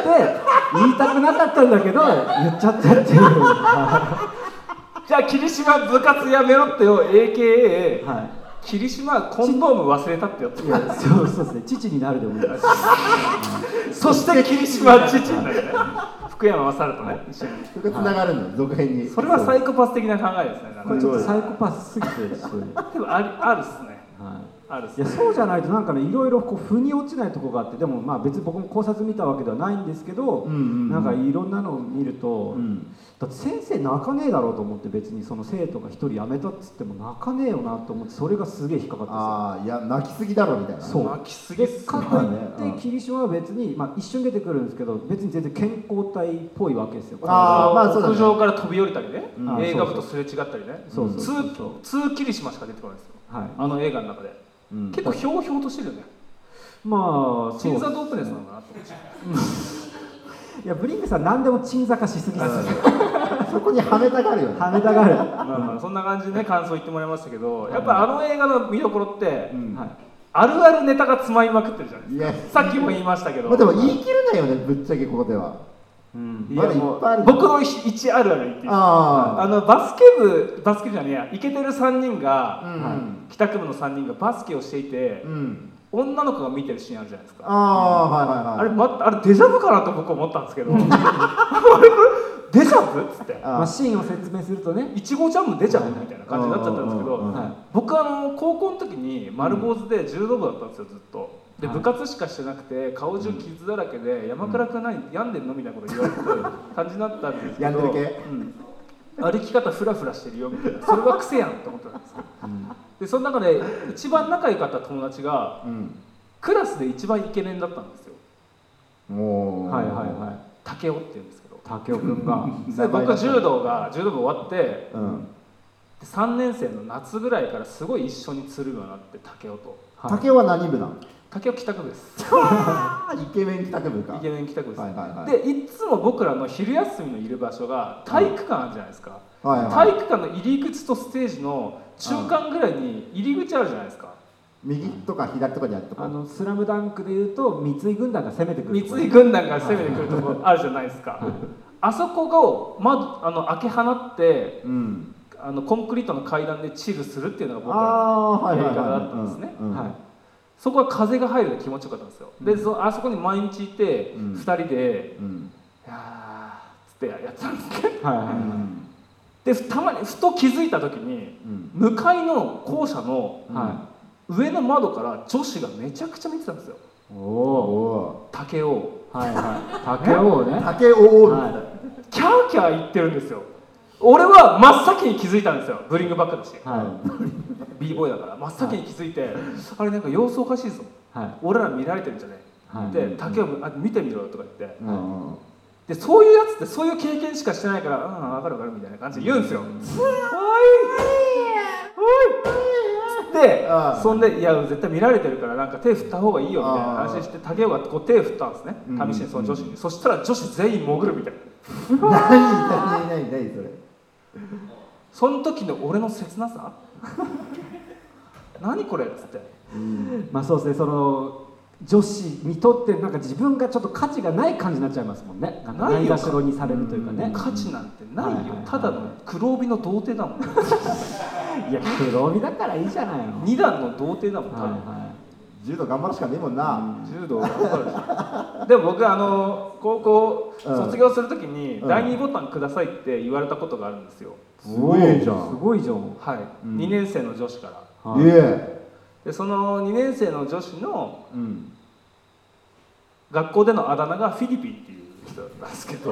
S3: 言いたくなかったんだけど言っちゃったっていうは
S1: じゃあ霧島部活やめろってよ AKA
S3: い、は
S1: 霧島コンドーム忘れたってよ
S3: い、いやそうそうですね父になるでもいいです
S1: そして霧島父になるね福山雅治とね一緒に
S2: それがつながるんだよ続編に
S1: それはサ
S2: 最
S1: イコパス的な考えですねなんか
S3: これ
S1: ね
S3: ちょっとサイコパスすぎてちょっと
S1: でもありあるっすね
S3: は
S1: あるっす
S3: い、い
S1: ね
S3: やそうじゃないとなんかねいろいろこう腑に落ちないとこがあってでもまあ別に僕も考察見たわけではないんですけど、
S2: うんうんうん
S3: なんかいろんなのを見ると、
S2: うん
S3: だって先生泣かねえだろうと思って別にその生徒が一人辞めたっつっても泣かねえよなと思ってそれがすげえ引っかかったん
S2: ああいや泣きすぎだろみたいな
S3: そう
S1: 巻きすぎっ
S3: ですよ。ですか
S1: ね
S3: と
S2: まあ
S3: いっ
S2: ね
S3: て霧島は別に、まあ、一瞬出てくるんですけど別に全然健康体っぽいわけですよ。
S2: あーまあそうだね
S1: 屋上から飛び降りたりね、
S3: うん
S1: 映画部とすれ違ったりね、
S3: そうそうそうそ
S1: 通
S3: う
S1: 通霧島しか出てこないんですよ、
S3: はい
S1: あの映画の中で、
S2: うん
S1: 結構ひょうひょうとしてるよね、
S3: まあそう
S1: 鎮座ドープネスなのかなと思って、
S3: いやブリンクさん何でも鎮座化しすぎです
S2: そこにはめたがるよね
S3: 跳ねたがる、は
S1: まあまあそんな感じでね、感想言ってもらいましたけど、やっぱあの映画の見どころって、
S2: うん
S3: い、
S1: あるあるネタが詰まりまくってるじゃないです
S2: い
S1: か、
S2: や
S1: さっきも言いましたけど、
S2: まあでも言い切れないよねぶっちゃけここでは
S3: うん、
S1: い
S2: ま
S1: や
S2: だいっ
S1: もう
S2: ぱいある
S1: 僕の一あるある言っていいですか
S2: あ
S1: あのバスケ部、バスケ部じゃねえや、イケてる3人が、
S2: あうんうん
S1: 帰宅部の3人がバスケをしていて、
S2: うん
S1: 女の子が見てるシーンあるじゃないですか。
S2: ああはいはいはい
S1: あれ、ま、あれデジャブかなと僕思ったんですけど あれこれデジャブっつって
S2: あ
S3: まあ、シーンを説明するとね
S1: いちごジャムデジャブみたいな感じになっちゃったんですけど、
S2: うんうんうんうん
S1: はい僕あの高校の時に丸坊主で柔道部だったんですよずっと。で
S3: はい
S1: 部活しかしてなくて顔中傷だらけで山倉君何病んでんのみたいなこと言われてる感じになったんですけど
S2: 病んでる系
S1: うん歩き方フラフラしてるよみたいなそれは癖やんって思ってたんですよでその中で一番仲良かった友達が
S2: うん
S1: クラスで一番イケメンだったんですよ
S2: もう
S3: はいはいはい
S1: 竹雄って言うんですけど
S3: 武雄君が
S1: で僕柔道が柔道部終わってで
S2: うん
S1: 3年生の夏ぐらいからすごい一緒につるようになって竹雄と
S3: はい
S2: 竹雄は何部なの
S1: 竹雄帰宅部です
S2: あイケメン帰宅部か
S1: イケメン帰宅部です、
S2: はいはいはい
S1: でいつも僕らの昼休みのいる場所が体育館あるじゃないですか、
S2: はいはい
S1: 体育館の入り口とステージの中間ぐらいに入り口あるじゃないですか、
S2: 右とか左とかにあるとこ
S3: あのスラムダンクでいうと三井軍団が攻めてくる
S1: 三井軍団が攻めてくるところあるじゃないですかあそこを窓あの開け放って
S2: うん
S1: あのコンクリートの階段でチルするっていうのが
S2: あ
S1: 僕らの
S2: あはいはいはい
S1: 映画だったんですね
S2: うんうん
S3: はい
S1: そこは風が入るの気持ちよかったんですよ、でそあそこに毎日いて、
S2: うん
S1: 二2人で
S2: うん
S1: 「いやー」つってやってたんですね
S3: はいはいうは
S2: ん
S1: でたまにふと気づいた時に
S2: うん
S1: 向かいの校舎の
S3: い、は
S1: 上の窓から女子がめちゃくちゃ見てたんですよ
S3: い、お
S2: お
S3: お
S2: お
S1: 竹雄
S3: はいはい竹雄をね
S2: 竹雄を
S3: は
S1: キャーキャー言ってるんですよ
S2: あ
S1: 俺は真っ先に気づいたんですよブリングバックだし
S3: はい
S1: b ボーイだから真っ先に気づいて、あれなんか様子おかしいぞ
S3: はい
S1: 俺ら見られてるんじゃね
S3: はい
S1: で竹山君あ見てみろよとか言って
S2: うん
S1: でそういうやつってそういう経験しかしてないからうん分かる分かるみたいな感じで言うんですよ、おいおいおいで
S2: うん
S1: そんでいや絶対見られてるからなんか手振った方がいいよみたいな話して竹山がこう手振ったんですね試しにその女子に、そしたら女子全員潜るみたいな
S2: 何何何何それ
S1: その時の俺の切なさ何これっつって
S3: まあそうですねその女子にとってなんか自分がちょっと価値がない感じになっちゃいますもんねなんか
S1: な
S3: ないい
S1: よ
S3: がしろにされるというかね
S1: 価値なんてないよ、
S3: はいはいはい
S1: ただの黒帯の童貞だもん
S3: いや黒帯だからいいじゃないの
S1: 二段の童貞だもん、多分
S3: は
S2: 柔道頑張るしかねえもんな、
S1: 柔道頑張るしでも僕あの高校
S2: うん
S1: 卒業するときに、
S2: うん
S1: 第2ボタンくださいって言われたことがあるんですよ
S2: すごいじゃ
S3: いす
S2: ん
S3: ごいじゃん
S1: はい、
S2: うん
S1: 2年生の女子から
S3: はい
S2: いえ
S1: でその2年生の女子の
S2: うん
S1: 学校でのあだ名がフィリピンっていう人だったんですけど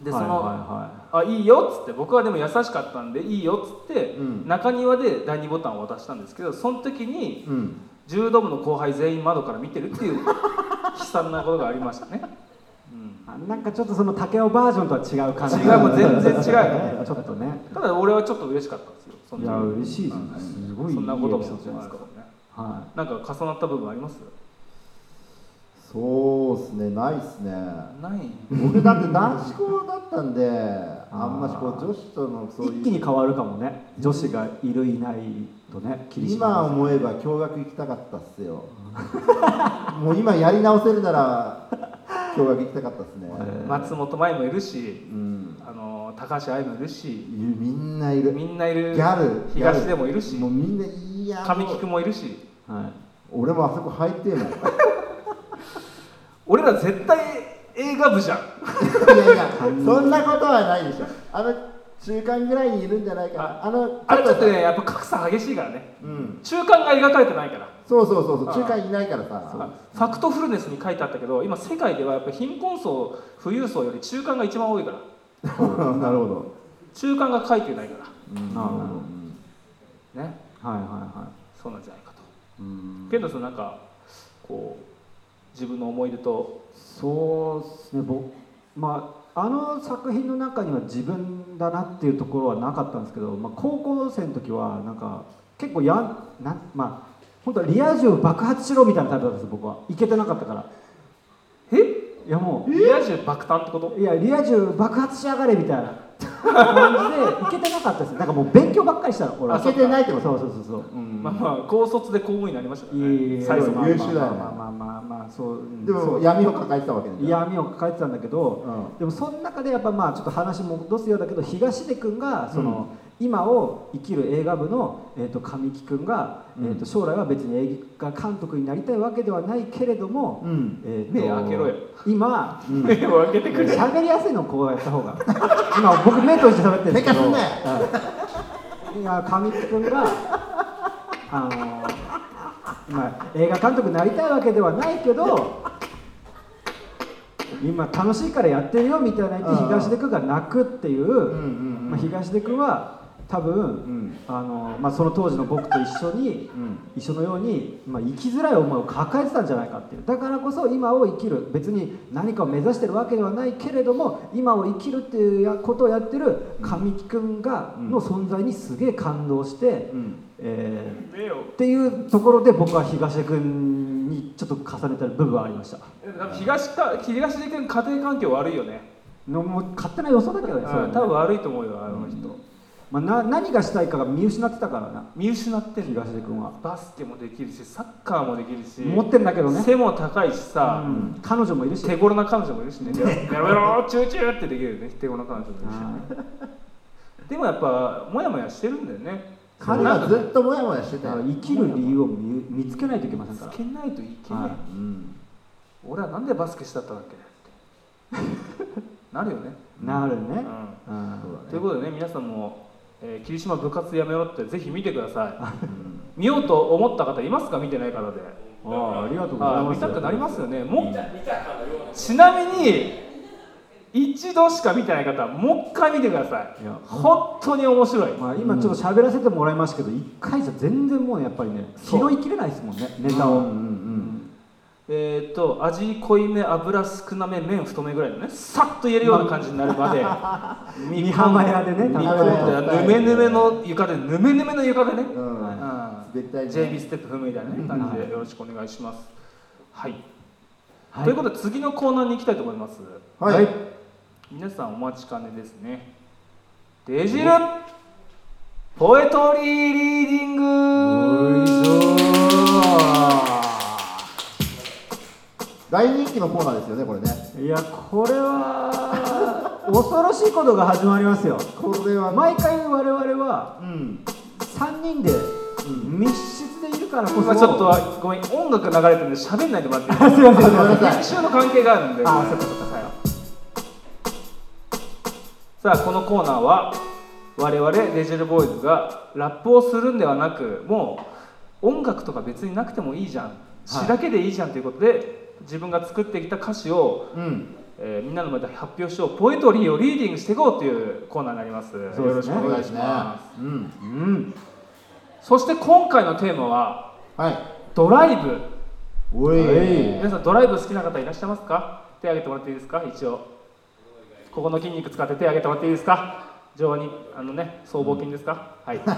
S1: でその、
S3: はいは
S1: あいいよっつって僕はでも優しかったんでいいよっつって、
S2: うん
S1: 中庭で第2ボタンを渡したんですけどその時に
S2: うん
S1: 柔道部の後輩全員窓から見てるっていう悲惨なことがありましたね、うん
S3: いはいあなんかちょっとその竹雄バージョンとは違う感じ
S1: 違うもう全然違うよ
S3: ちょっとね
S1: ただ俺はちょっと嬉しかったんですよそ
S3: い
S1: 時
S3: や嬉しいですねすごいいい
S1: そんなことも
S3: エピソードじゃないですかは
S1: なんか重なった部分あります
S2: そうっすねないっすね
S1: ない
S2: 僕だって男子校だったんであんましこう女子とのそう
S3: い一気
S2: い
S3: に
S2: う
S3: 変わるかもね女子がいるいないとね厳しい
S2: 今思えば共学行きたかったっすよ もう今やり直せるなら共学行きたかったっすね、
S1: 松本舞もいるし
S2: うん
S1: あの高橋愛もいる
S2: い
S1: し
S2: るみんないる
S1: みんないる
S2: ギャル
S1: 東
S2: ギャ
S1: で
S2: ル
S1: もいるし
S2: もうみんないや
S1: 上木
S2: もう
S1: 君もいるし
S3: はい
S2: 俺もあそこ入ってえ もん
S1: 俺ら絶対映画部じゃん
S2: いやいやそんなことはないでしょあの中間ぐらいにいるんじゃないかなあの
S1: あれちょっとねやっぱ格差激しいからね
S2: うん
S1: 中間が描かれてないから
S2: そうそうそうそう
S1: ああ
S2: 中間いないからさ
S1: ファクトフルネスに書いてあったけど今世界ではやっぱ貧困層富裕層より中間が一番多いから
S2: なるほ ど
S1: 中間が書いてないか
S2: うん
S3: なるほ
S2: う
S3: ど
S2: ん
S1: らね
S3: はいはいは
S1: そうなんじゃないかと
S3: いうん
S1: けどそのなんかこう自分の思い出と
S3: そうですね僕まああの作品の中には自分だなっていうところはなかったんですけど、まあ、高校生の時はなんか結構やんなんまあ本当はリア充爆発しろみたいなタイプだったんです僕はいけてなかったから
S1: え
S3: いやも
S1: リア充爆誕ってこと
S3: ういやリア充爆発しやがれみたいな感じでいけてなかったですなんかもう勉強ばっかりしたの俺
S1: あ
S3: は
S1: そう
S2: いけてないって
S3: そう
S2: こ
S3: そ
S2: と
S3: うそうそう
S2: うん
S1: まあまあ高卒で公務員になりましたから
S3: い
S1: ね
S3: い
S1: 最初
S2: ま
S1: の
S2: あ優秀だよね
S3: まあまあまあまあそううん
S2: で
S3: そ
S2: も
S3: う
S2: 闇を抱えてたわけね
S3: 闇を抱えてたんだけど、
S2: うん
S3: でもその中でやっぱまあちょっと話戻すようだけど東出君がその、今を生きる映画部の、えー、と神木君が、えー、と将来は別に映画監督になりたいわけではないけれども、
S2: うん
S3: えーと
S1: 目開けろよ
S3: 今
S1: 目を開けてくれ
S3: 喋りやすいのこうやった方が今僕目閉じて喋ってるんですけど
S2: せっか
S3: はい今神木君があの今映画監督になりたいわけではないけど今楽しいからやってるよみたいな言っ
S2: う
S3: て
S2: ん
S3: 東出君が泣くっていう、
S2: んうん
S3: まあ、東出君は多分、
S2: ん
S3: あのまあ、その当時の僕と一緒に、
S2: うん
S3: 一緒のように、まあ、生きづらい思いを抱えてたんじゃないかっていうだからこそ今を生きる別に何かを目指してるわけではないけれども今を生きるっていうやことをやってる神木君が、
S2: うん
S3: の存在にすげえ感動して、
S2: うん
S3: えー
S1: 目を
S3: っていうところで僕は東出君にちょっと重ねた部分はありました
S1: でも多分東か東出君家庭環境悪いよね
S3: のもう勝手な予想だけどね、それは
S1: うん
S3: ね
S1: 多分悪いと思うよあの人
S3: まあ、な何がしたいかが見失ってたからな
S1: 見失ってる
S3: 東出君は
S1: バスケもできるしサッカーもできるし
S3: 持ってんだけどね
S1: 背も高いしさ、
S3: うん彼女もいるし
S1: 手頃な彼女もいるしね、やろやろ、チューチューってできるよね、手頃な彼女もいるし、
S3: あー
S1: でもやっぱ、もやもやしてるんだよね、
S2: 彼
S1: な
S2: は
S1: んか
S2: ずっとモヤモヤしてた
S3: だか
S2: よ
S3: ら生きる理由を見見つけないといけませんか
S1: つ
S3: ら
S1: けないといけない、
S3: はい
S2: うん
S1: 俺はなんでバスケしたったんだっけってなるよね、
S3: なる
S1: う
S3: ね、
S1: ん
S3: うん
S2: そうだね
S1: ということでね、皆さんも、えー霧島部活やめろって、ぜひ見てください。見ようと思った方いますか見てない方で。
S3: ああありがとうござい
S1: あー
S3: ま
S1: 見
S3: す
S1: たくなりますよね。もうちなみに一度しか見てない方はもう一回見てください
S3: いや
S1: 本当に面白い
S3: まあ、今ちょっと喋らせてもらいましたけど、一回じゃ全然もうねやっぱりね拾
S1: そう
S3: いきれないですもんねネタを、
S1: えーっと味濃いめ油少なめ麺太めぐらいのねさっと言えるような感じになるまで 見込ん
S3: 美浜屋でね
S1: 見込んでぬめぬめの床でぬめぬめの床でね、
S2: う
S1: うん
S2: ん絶対に
S1: JB ステップ踏むみたいな、ね、感じでよろしくお願いしますはい、ということで次のコーナーに行きたいと思います
S2: はい、
S1: 皆さんお待ちかねですねデジルポエトリーリーディング
S2: 大人気のコーナーですよねこれね
S3: いやこれは恐ろしいことが始まりますよ
S2: これは
S3: 毎回我々は
S2: うん
S3: 3人で密室でいるからこそ、
S1: 今ちょっ とごめん音楽流れてるんで喋んないでもらっていいです
S3: あすいませんすい
S2: ごめんな
S3: ま
S2: さい
S1: 編集の関係があるんで
S3: あ
S1: ごめん
S3: そっかそっか
S1: はいさあこのコーナーは我々デジェルボーイズがラップをするんではなくもう音楽とか別になくてもいいじゃん詩だけでいいじゃんということで、自分が作ってきた歌詞を、
S2: うん
S1: えーみんなの前で発表しようポエトリーをリーディングしていこうというコーナーになります
S3: そう
S1: よ
S3: で
S1: ろ
S3: す
S1: し
S3: ね
S1: くお
S2: そう
S1: 願
S2: で
S1: い
S2: す
S1: し
S2: ね
S1: ます
S2: うん
S3: うん
S1: そして今回のテーマは
S2: はい
S1: ドライブ
S2: おい、
S1: 皆さんドライブ好きな方いらっしゃいますか手挙げてもらっていいですか一応ここの筋肉使って手挙げてもらっていいですか上にあのね僧帽筋ですか、はい佐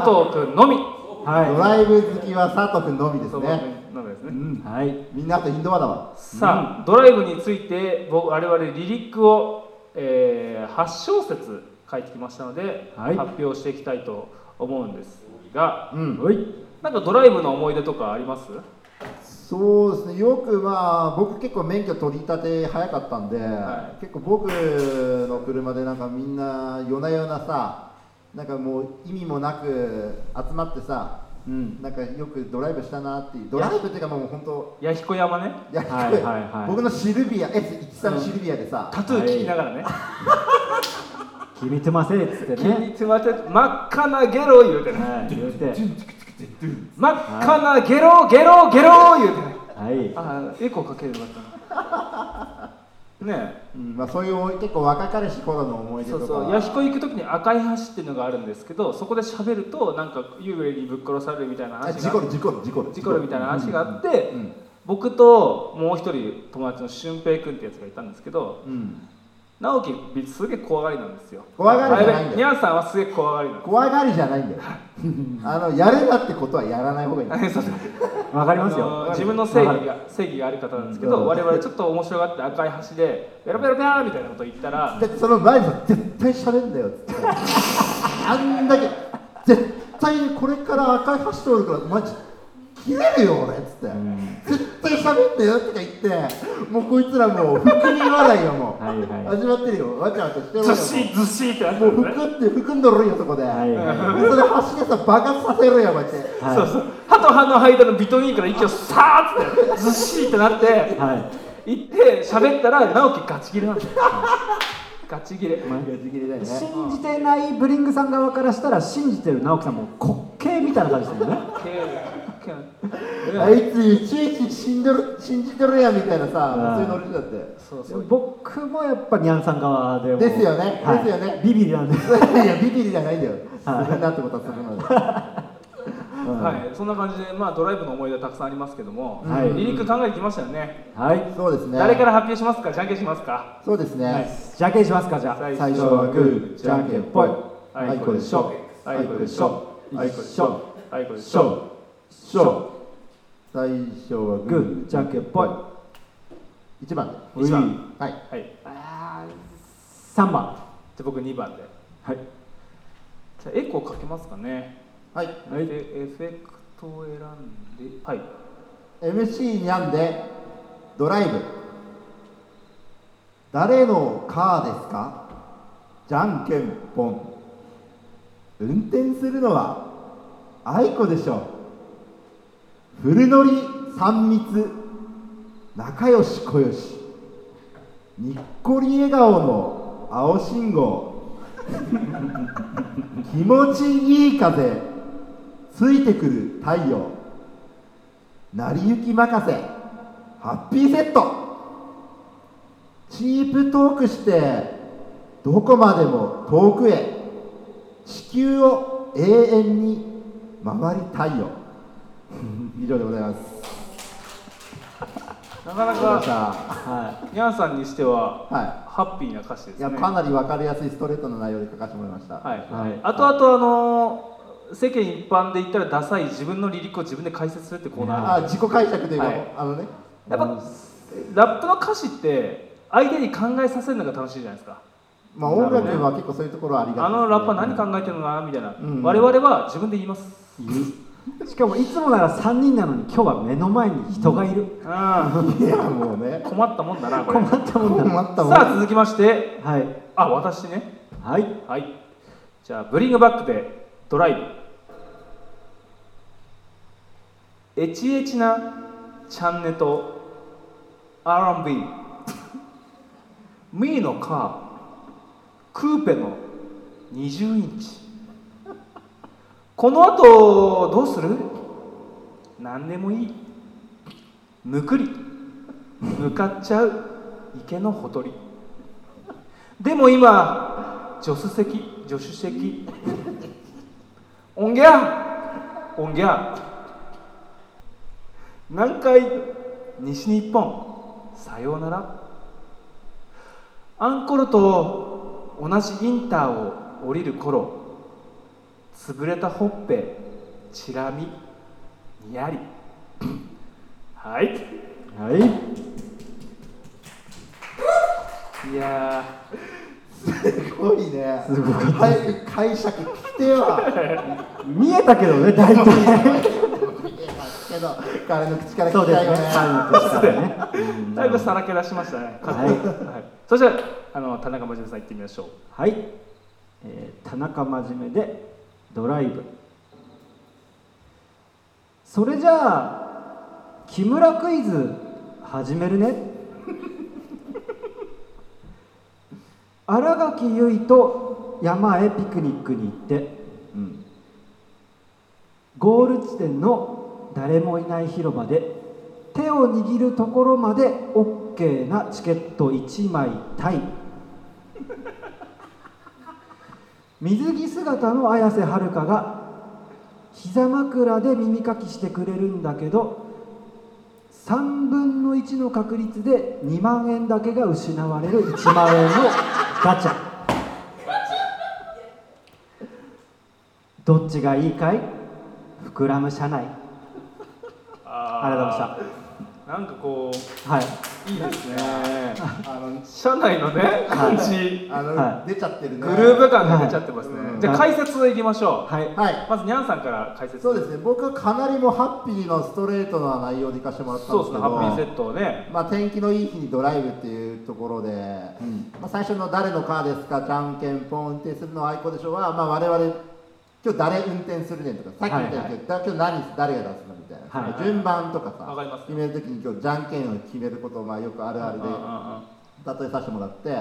S1: 藤君のみ
S2: ド
S3: は
S2: ライブ好きは佐藤君のみです
S1: 僧帽
S2: ね
S1: 筋のみですね、
S3: い、うん、はい
S2: みんなあとインドアだわ
S1: さあドライブについて僕我々リリックを、えー8小節書いてきましたので、
S3: はい
S1: 発表していきたいと思うんですが
S2: うん
S3: おい
S1: なんかドライブの思い出とかあります
S2: そうですねよくまあ僕結構免許取り立て早かったんで、
S1: は
S2: 結構僕の車でなんかみんな夜な夜なさなんかもう意味もなく集まってさ、
S3: うん
S2: なんかよくドライブしたなっていうドライブっていうかもう本当
S1: 弥彦山ね
S2: いや、
S3: はいはいは い
S2: 僕のシルビア S13 シルビアでさ、
S1: タトゥー聞きながらね、
S3: 決めてませんっつって
S1: 気に
S3: ね
S1: 詰まって真っ赤なゲロ言うてね
S3: はい言うて
S1: 真っ赤なゲロゲロゲロ言うてね
S3: はい
S1: ああエコーかければよかったなね
S2: うんまあ、そういう結構若かりし頃の思い
S1: え
S2: 出
S1: そ
S2: とか
S1: うそう弥彦行く時に赤い橋っていうのがあるんですけどそこで喋るとなんか幽霊にぶっ殺されるみたいな
S2: あ
S1: 話
S2: 事
S1: が
S2: 故る事故る事故る
S1: 事故るみたいな話があって、
S2: うんうん
S1: 僕ともう一人友達の俊平君ってやつがいたんですけど
S2: うん
S1: 直樹すげえ怖がりなんですよ
S2: 怖がりじゃないんだよ
S1: にゃんさんはすげえ怖がりなんです
S2: 怖がりじゃないん だよあのやるなってことはやらない方がいい
S1: そう そう
S3: わかります
S1: あの
S3: よ
S1: 自分の正義が正義がある方なんですけど、
S2: うん
S1: 我々ちょっと面白がって赤い橋でベロベロベロみたいなこと言ったら、
S2: でその前にさ絶対喋んだよっつってあんだけ絶対にこれから赤い橋通るからマジ切れるよ俺っつって、絶対喋んだよとか言ってもうこいつらもう含み笑いよもう
S3: はいはい
S2: 始まってるよわちゃわちゃしてるよ
S1: ずっしずっしってなって
S2: も
S1: る
S2: う
S1: ね。
S2: 含んで含んどるよそこで、
S3: はいはい
S2: でそれ橋でさ爆発させるよこうやって
S3: はい
S1: そうそう。歯と歯の間のビトニーから息をさーってずっしってなって、
S3: は
S1: 行って喋ったら直樹ガチ切れなんですよ。ガチ切れ。
S2: ち切れだよ
S3: い
S2: ね
S3: 信じてないブリングさん側からしたら信じてる直樹さんも滑稽みたいな感じですよね
S2: あいついちいち信じる信じてるやんみたいなさそ
S3: う
S2: うんいうノリだって
S1: そうそう。
S3: 僕もやっぱニャンさん側でも
S2: ですよね
S3: はい
S2: ですよね
S3: ビビりなんで
S2: いやビビりじゃないんだよするなってことはするのよ
S1: はい、そんな感じで、まあ、ドライブの思い出たくさんありますけども、
S3: はい
S1: リリック考えてきましたよね、
S3: はい
S2: そうですね
S1: 誰から発表しますかじゃんけんしますか
S2: そうですね、
S3: じゃんけんしますかじゃあ
S1: 最
S2: 最初はグーじゃんけんぽい
S1: あいこでしょあいこでしょあいこでしょあいこでし
S2: ショ
S1: ょ
S2: ーショー最初はグ
S3: グーじゃんけんぽい
S2: ー一番
S1: 一番
S2: はい
S1: はいじゃ
S3: 3番
S1: あ僕2番で
S3: はい
S1: じゃあエコーかけますかね
S2: はい
S3: はい
S1: でエフェクトを選んではい
S2: MC にゃんでドライブ誰のカーですかじゃんけんぽん運転するのはあいこでしょフルノリ三密仲良しこよしにっこり笑顔の青信号 気持ちいい風ついてくる太陽成り行き任せハッピーセットチープトークしてどこまでも遠くへ地球を永遠に回りたいよ 以上でございます
S1: なかな
S2: ありがとうございまし
S1: かニャンさんにしては
S2: たは
S1: ハッピーな歌詞で
S2: い
S1: す
S2: い
S1: ね
S2: やかなり分かりやすいストレートな内容で書かせてもらいました、
S1: はい、
S3: はい
S1: あとあとあのー世間一般で言ったらダサい自分の離陸を自分で解説するってコーナーあ
S2: あ自己解釈というか、
S1: はい
S2: あのね
S1: るやっぱラップの歌詞って相手に考えさせるのが楽しいじゃないですか
S2: まあ音楽は結構そういうところはありがち
S1: あのラッパー何
S2: か
S1: 考えてるのかなみたいな、
S2: うん
S1: 我々は自分で言います
S3: しかもいつもなら3人なのに今日は目の前に人がいる
S1: うん
S2: いやもう ね
S1: 困ったもんだなこれ
S3: 困ったもんだ
S2: 困ったもん
S1: さあ続きまして
S3: はい
S1: あ私ね
S3: はい
S1: はいじゃあブリングバックでドライブエチエチなチャンネと R&B ミーのカークーペの20インチこの後どうする何でもいいむくり向かっちゃう池のほとりでも今助手席助手席おんぎゃおんぎゃ南海西日本さようならアンコルと同じインターを降りる頃潰れたほっぺチラ見にやりはい
S3: はい
S1: いやー
S2: すごいね
S3: すごかった
S2: 早く解釈来ては
S3: 見えたけどね大体
S2: けど彼の口から聞
S3: そう
S2: き
S3: で
S2: た
S3: す
S2: い
S3: ね
S2: よね
S3: はいですね
S1: だいぶさらけ出しましたね。
S3: はい
S1: はい、そしてあの田中真面目さん行ってみましょう。
S3: はい、えー田中真面目でドライブそれじゃあ木村クイズ始めるね 新垣結衣と山へピクニックに行って
S2: うん
S3: ゴール地点の誰もいない広場で手を握るところまで OK なチケット1枚タイ水着姿の綾瀬はるかが膝枕で耳かきしてくれるんだけど3分の1の確率で2万円だけが失われる1万円のガチャどっちがいいかい膨らむ社内ありがとうござい
S1: し
S3: ま
S1: た。なんかこ
S3: したはいう
S1: いいですね。
S2: あの
S1: 社内のね感じ、
S2: あの、
S3: は
S2: 出ちゃってるね
S1: グルーヴ感が出ちゃってますね。
S2: はい
S1: じゃあ解説行きましょう。
S3: はい
S2: はい
S1: まずにゃんさんから解説。
S2: そうですね僕はかなりもうハッピーのストレートな内容でいかせてもらったん
S1: そう
S2: で
S1: ですす
S2: け
S1: ね。
S2: ど
S1: ハッピーセットをね。
S2: まあ、天気のいい日にドライブっていうところで、まあ、最初の「誰のカーですか?」「じゃんけんぽん運転するのは愛好でしょうは」まあ、我々今日誰運転するねんとかさっき言ったように、今日何誰が出すのみたいな、
S3: はいはい
S2: 順番とかさ、
S1: わかります
S2: 決めるときに今日じゃんけんを決めることをまあよくあるあるで
S1: うんうんうん
S2: 例えさせてもらって、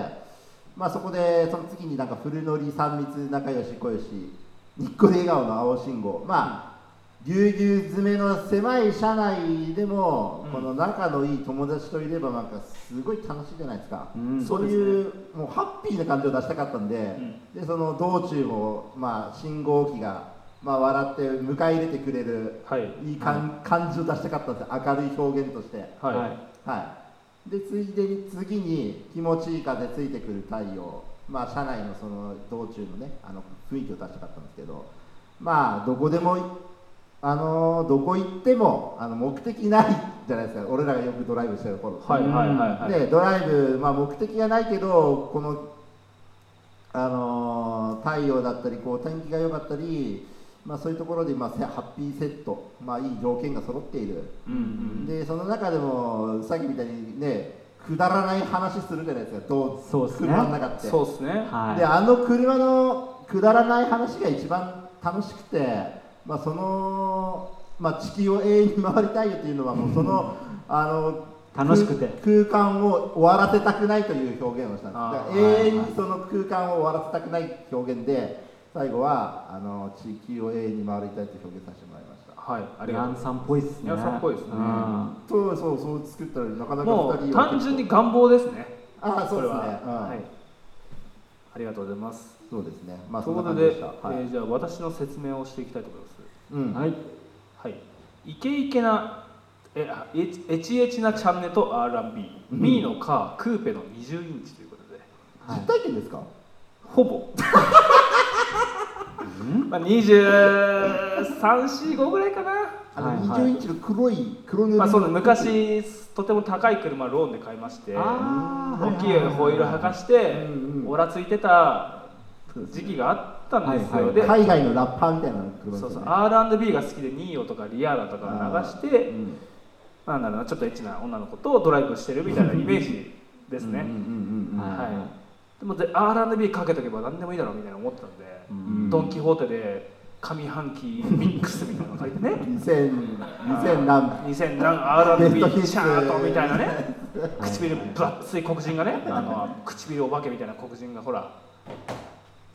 S2: まあ、そこでその次になんか古典三密仲良し小良しにっこり笑顔の青信号まあぎゅうぎゅう詰めの狭い車内でも、
S1: うん
S2: この仲のいい友達といればなんかすごい楽しいじゃないですか、
S3: ん
S2: そういうもうハッピーな感じを出したかったんで,、でその道中も、まあ、信号機が、まあ、笑って迎え入れてくれる、
S1: はい
S2: いい感感じを出したかったんですよ明るい表現として。
S1: はい。
S3: はい
S2: はい、でついでに次に気持ちいい風ついてくる太陽、まあ、車内のその道中のねあの雰囲気を出したかったんですけどまあどこでもいあのーどこ行ってもあの目的ないじゃないですか俺らがよくドライブしてる頃って
S1: はいはいはいはい。
S2: でドライブ、まあ、目的がないけどこの、あのー太陽だったりこう天気が良かったり、まあ、そういうところで、まあ、せハッピーセット、まあ、いい条件が揃っている、でその中でもさっきみたいにねくだらない話するじゃないですかどう
S3: そうっすね
S2: 車の中って
S1: そうですね。
S3: はい
S2: であの車のくだらない話が一番楽しくて、まあ、その、まあ、地球を永遠に回りたいよというのはもうそのあの
S3: 楽しくて
S2: 空空間を終わらせたくないという表現をしたんですだ
S1: あー
S2: から永遠にその空間を終わらせたくない表現で最後はあの地球を永遠に回りたいという表現させてもらいました
S1: はい。ありが
S3: ヤ
S1: とう
S3: ン。さんっぽいっすね
S1: ヤンさんっぽいっすね
S3: うん
S2: そうそうそう作ったらなかなか
S1: も
S2: 二
S1: う
S2: 人は
S1: 単純に願望ですね。
S2: ああそうですね、うん
S1: はい、ありがとうございます。
S2: そうですねまあ
S1: と
S2: そ
S1: い
S2: ん
S1: うこ
S2: な
S1: と
S2: 感じ
S1: で
S2: でした、はい
S1: えーじゃあ私の説明をしていきたいと思います。
S2: うん
S3: はい
S1: はい、イケイケなえあエチエチエチなチャンネと R&B、ミーのカー、クーペの20インチということで、
S2: 実体験ですか
S1: ほぼ。まあ23、4,5ぐらいかな。
S2: あ
S3: はい
S2: の
S3: はい
S2: 20インチの黒い黒塗り
S1: まあそうね、昔とても高い車ローンで買いまして大
S3: あー
S1: きいホイール履かして
S2: うんうん
S1: オラついてた
S2: そうです
S1: 時
S2: ね
S1: 期があったんです
S3: はいは
S1: よ
S3: い
S1: で
S2: 海外のラッパーみたいなの黒です
S1: そ
S2: よ
S1: う
S2: ね
S1: そう R&B が好きでニーヨとかリアーナとかを流して
S2: うん
S1: なんだろうなちょっとエッチな女の子とドライブしてるみたいなイメージですね、
S2: うんうんうんうん
S3: はい
S1: はい、でもで R&B かけとけば何でもいいだろうみたいな思ったんで、
S2: ん
S1: ドン・キホーテで上半期ミックスみたいなの書いてね
S2: 2000 2000何
S1: 2000何 R&B
S2: ベストヒッツ
S1: チャートみたいなね唇分厚い黒人がねあの唇お化けみたいな黒人がほら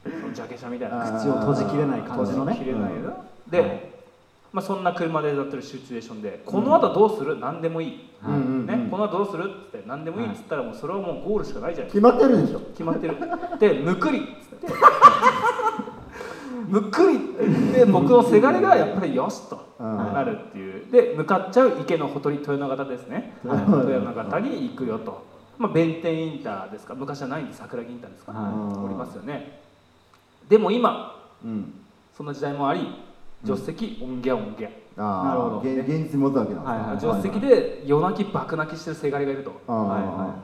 S1: そのジャケ写みたいな
S2: あー
S3: 口を閉じきれない感
S1: 閉じ
S3: じのね
S1: 切れないよ、で、まあ、そんな車でだってるシチュエーションで「この後どうする何でもいい」
S3: はい
S2: うんうんうん
S1: ね「この後どうする?」っつって「何でもいい」っつったらもうそれはもうゴールしか ないじゃない
S2: 決まってるでしょ
S1: 決まってるで「むくり」っつって 「むくり」って僕のせがれがやっぱり「よし」と
S2: うん
S1: なるっていうで向かっちゃう池のほとり豊永方ですね、
S2: はい
S1: 豊永方に行くよと、まあ、弁天インターですか昔はないんで桜木インターですか、
S3: は
S1: おりますよねでも今
S2: うん
S1: そんな時代もあり助手席オンギャオンギャ、
S2: ああ
S3: なるほど
S2: 現現実に持つわけなんですね
S3: はいはい
S1: 助手席で夜泣き爆泣きしてるせがれがいると、
S2: ああ
S3: はい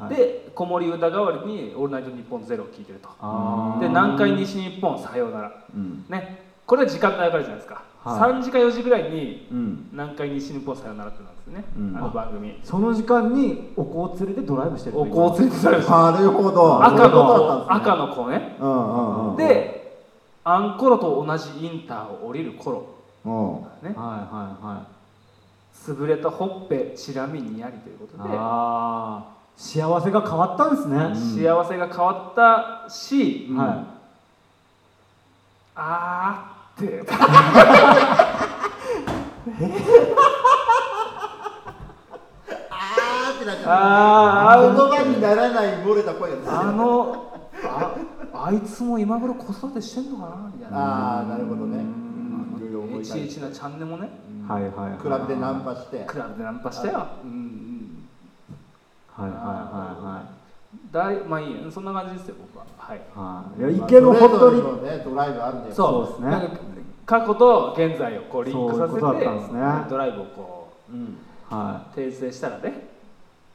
S3: はいはい
S1: で子守歌代わりに「オールナイトニッポンゼロを聴いてると
S3: あー
S1: で南海西日本さようなら
S2: うん
S1: ねこれは時間がかかるじゃないですか、
S3: はい
S1: 3時か4時ぐらいに
S2: うん
S1: 南海西日本さようならってなんですね、
S2: うん
S1: あの番組
S3: その時間にお子を連れてドライブしてる
S1: おこを連れてされる
S2: なるほど
S1: 赤
S2: そういうこと
S1: の
S2: だった
S1: 赤
S2: んで
S1: の子ね
S2: すねうんうんうん
S1: でアンコロと同じインターを降りる頃
S2: うん
S1: ね
S3: はいはいはい
S1: 潰れたほっぺちらみにやりということで
S3: ああ幸せが変わったんですね、
S1: 幸せが変わったし、
S2: うん
S3: は
S1: あーって
S2: あーってなっちゃう
S1: あーあ
S2: 言
S1: の
S2: 葉にならない漏れた声が出てる
S1: あのああいつも今頃子育てしてんのかなみたいな
S2: ああなるほどねうんいろいろ思
S1: エ
S2: い
S1: チ
S2: 返
S1: エ
S2: し
S1: チ
S2: て
S1: なチャンネルもね
S3: いはいはい
S2: クラブでナンパして
S1: クラブでナンパしたよ
S2: うんうん
S3: はいはいは
S1: だいまあいいやそんな感じですよ僕ははい
S3: いはいはいいや池のほと
S2: まあそ
S3: り
S2: れぞれのねドライブあるんだよ
S3: そうですね
S1: なんか過去と現在をこうリンクさせて
S3: そういうことだったんですね
S1: ドライブをこ
S2: うん
S3: は
S1: う転生したらね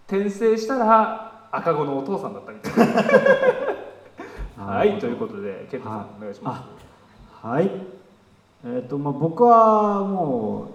S1: 転生したら赤子のお父さんだったみたい な
S3: な
S1: は
S3: るほ
S1: い
S3: ど
S1: ということでケントさん、
S3: はい
S1: お願いしま
S3: いはいえっ、とまあ僕はも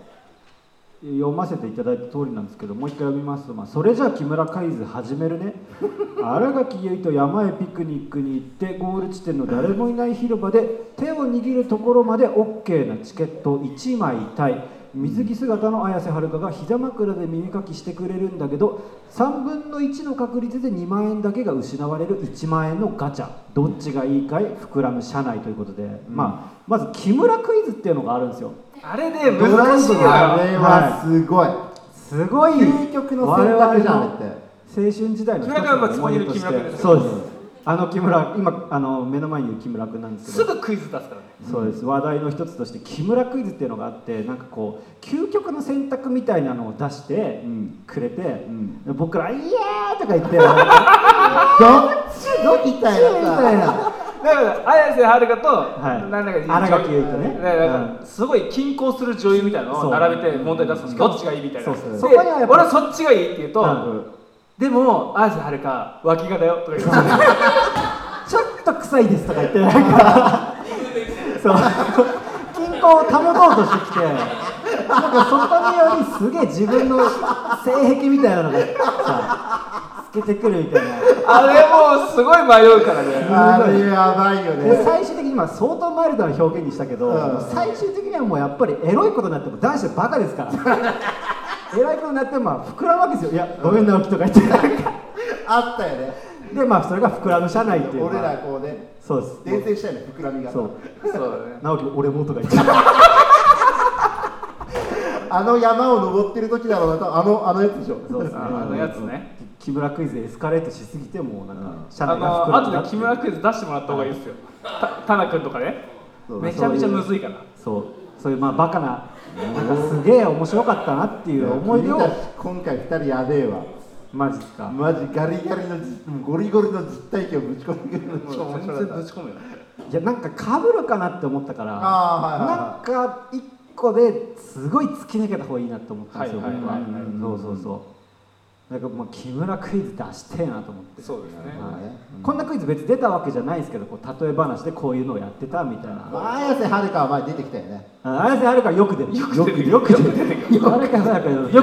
S3: う読ませていただいた通りなんですけどもう一回読みますと、まあ、それじゃあ木村カイズ始めるね 新垣結衣と山へピクニックに行ってゴール地点の誰もいない広場で手を握るところまで OK なチケット1枚対水着姿の綾瀬はるかが膝枕で耳かきしてくれるんだけど3分の1の確率で2万円だけが失われる1万円のガチャどっちがいいかい膨らむ社内ということで、まあ、まず木村クイズっていうのがあるんですよ
S1: すあれね
S2: ドラ
S1: 難
S2: イ
S1: しい
S2: ブ
S1: よ
S2: あれはすごい
S3: すごい
S2: 究極の選択じゃんあれって
S3: 青春時代の一つの思い出とし
S1: 木
S3: て
S1: 村君がまあ
S3: そうですあの木村今あの目の前にいる木村君なんですけど
S1: すぐクイズ出すからね
S3: そうです話題の一つとして木村クイズっていうのがあってなんかこう究極の選択みたいなのを出して
S2: うん
S3: くれて、
S2: ん
S3: 僕ら「イエー!」とか言って「 ど
S2: どっちみた
S3: っち?」
S2: いな
S3: みたい
S2: さ
S3: な。
S1: だから綾瀬はるかと、
S3: い
S1: なんだか
S3: 新垣結衣とね
S1: なんかすごい均衡する女優みたいなのを並べて問題出すのどっちがいいみたいな
S3: そうそう
S1: で
S3: そこにはやっぱ
S1: 俺はそっちがいいって言うと、
S3: うん
S1: でも綾瀬はるか脇がだよとか言って
S3: ちょっと臭いですとか言ってなんか そう均衡を保とうとしてきてなんかそこによりすげえ自分の性癖みたいなのがさ透けてくるみたいな
S1: あれもうすごい迷うからね
S2: あれやばいよ
S3: で
S2: ね
S3: 最終的に今相当マイルドな表現にしたけど、
S2: うん
S3: 最終的にはもうやっぱりエロいことになっても男子はバカですからエロいことになってもまあ膨らむわけですよいやごめんなおきとか言って
S2: あったよね
S3: でまあそれが膨らむ社内っていう
S2: 俺
S3: ま
S2: ら
S3: あ
S2: こうね
S3: そうです
S2: 伝染したよね膨らみが
S3: そう
S1: そうだね
S3: 直樹俺もとか言って
S2: あの山を登ってる時だろうなとあのあのやつでしょ
S3: そうです
S1: あのやつね
S3: き木村クイズエスカレートしすぎてもうなんか社
S1: あ
S3: 内が
S1: の
S3: 膨らんだ
S1: 後で木村クイズ出してもらった方がいいですよた田名君とかね
S2: そう
S1: めちゃめちゃむずいから
S3: そうそういうまあバカななんかすげえ面白かったなっていう思い出を
S2: 君たち今回2人やべえわ
S3: マジっすか
S2: マジガリガリのじもうゴリゴリの実体験をぶち込んでくるの
S1: 全
S2: 超面白
S1: 然
S2: か
S1: ぶ
S2: っ
S1: ち込むよ
S3: いやなんかかぶるかなって思ったから
S2: あ
S3: なんか一個ですごい突き抜けた方がいいなって思ったんですよ、
S1: はいはいはいはい
S3: 僕はそうそうそうなんかまあ木村クイズ出してえなと思って
S1: そうですね
S3: はい
S2: ね
S3: こんなクイズ別に出たわけじゃないんですけどこう例え話でこういうのをやってたみたいな、
S2: た綾瀬はるかは前出てきたよね
S3: あ綾瀬はるかよく出るよ
S1: く出る
S3: よく出るよく出るよく木村カメラもよく出る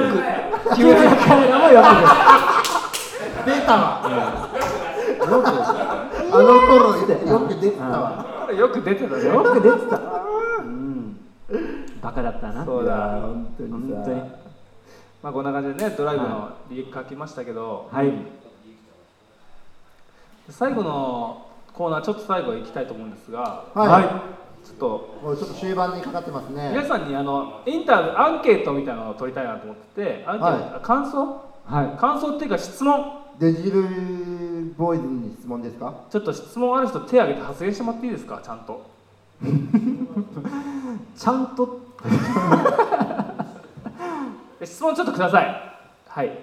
S2: 出たわよくあの頃よく出てたわ
S1: これよく出てたね
S3: よく出てた。うん。バカだったな。
S1: そうだ
S2: 本当に
S3: 本
S2: さ
S3: 当に。
S1: まあこんな感じでねドライブのリリーク書きましたけど、
S3: はい。
S1: 最後のコーナーちょっと最後行きたいと思うんですが
S2: は
S1: ちょっと
S2: いもうちょっと終盤にかかってます
S1: 皆
S2: ね
S1: さんにあのインタビューアンケートみたいなのを取りたいなと思っててアンケート、
S2: は
S1: 感想
S3: はい。
S1: 感想っていうか質問
S2: デジルボーイズに質問ですか
S1: ちょっと質問ある人手挙げて発言してもらっていいですかちゃんと
S3: ちゃんと。
S1: え質問ちょっとくださいはい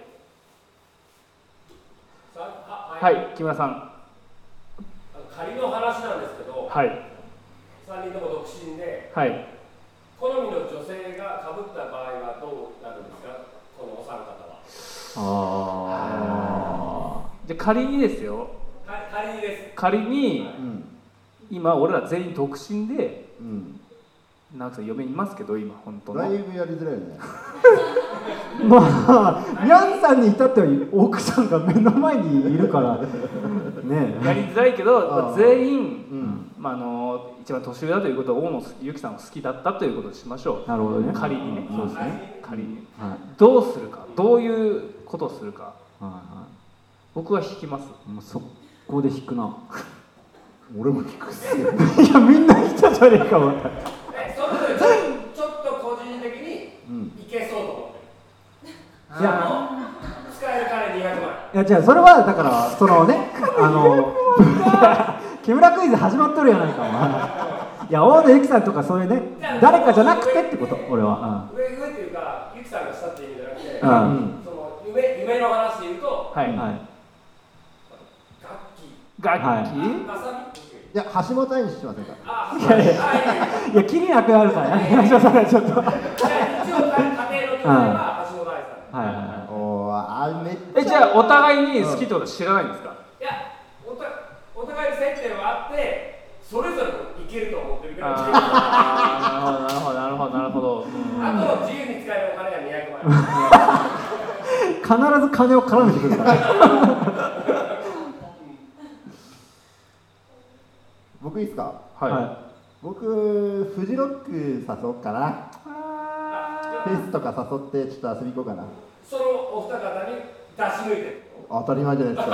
S1: はい木村さん
S4: 仮の話なんですけど、
S1: はい
S4: 3人とも独身で、
S1: はい
S4: 好みの女性がかぶった場合はどうなるんですか、このお三方は。
S1: じゃあ仮にですよ
S4: か仮にです。
S1: 仮に
S2: うん
S1: 今俺ら全員独身で
S2: うん
S1: 直樹さん嫁いますけど今本当
S2: だい
S1: の
S2: ぶやりづらいよね
S3: まあ、にゃんさんに至っては奥さんが目の前にいるか
S1: や
S3: ら。ね
S1: りづらいけど
S2: あー
S1: まあ全員
S2: うん
S1: まあ、あの一番年上だということは大野由紀さんを好きだったということにしましょ
S3: え。なるほど
S1: う
S3: ね。
S1: 仮にね
S3: そうですね。
S1: 仮に
S3: はい。はい
S1: どうするかどういうことをするか
S3: は
S1: 僕は引きます
S3: い。もう速攻で引くな。
S2: 俺も聞くっすよ
S3: いや、みんな引いたじゃねえかも。
S4: え、それぞれちょちょっと個人的に
S2: うん
S4: いけそうと思ってる。
S3: いや。
S4: 使える彼苦手ない
S3: やじゃあそれはだからそのねあの 木村クイズ始まっとるやないかお前いや大野由紀さんとかそういうね誰かじゃなくてってこと俺は、
S4: い。上上っていうか、ゆきさんがしたっていう意味じゃなくて、
S3: うんうん
S4: その夢夢の話で言うと、
S1: はい、
S3: はい、
S4: 楽器、
S1: 楽器、
S3: は
S4: まさみ、
S2: いや橋本愛にしませんか
S4: あ、
S3: いやいや
S4: はい
S3: いや気になくなるからやめましょうそれはちょっとはい
S4: じゃあ一応家庭の人は橋本愛さん。
S3: はいは
S2: おーあめっちゃ
S1: えじゃあお互いに好きってことは知らないんですか、
S4: いやおたお互いに接点はあってそれぞれいけると思ってるからあ
S1: ああなるほどなるほどなるほどなるほど、
S4: と自由に使えるお金が200万
S3: い必ず
S4: 円
S3: 金を絡めてくるから
S2: 僕いいっすか
S1: はい、
S3: は
S2: 僕フジロック誘おうかなフェスとか誘ってちょっと遊び行こうかな
S4: そのお二方に出し抜いてる
S2: 当たり前じゃないです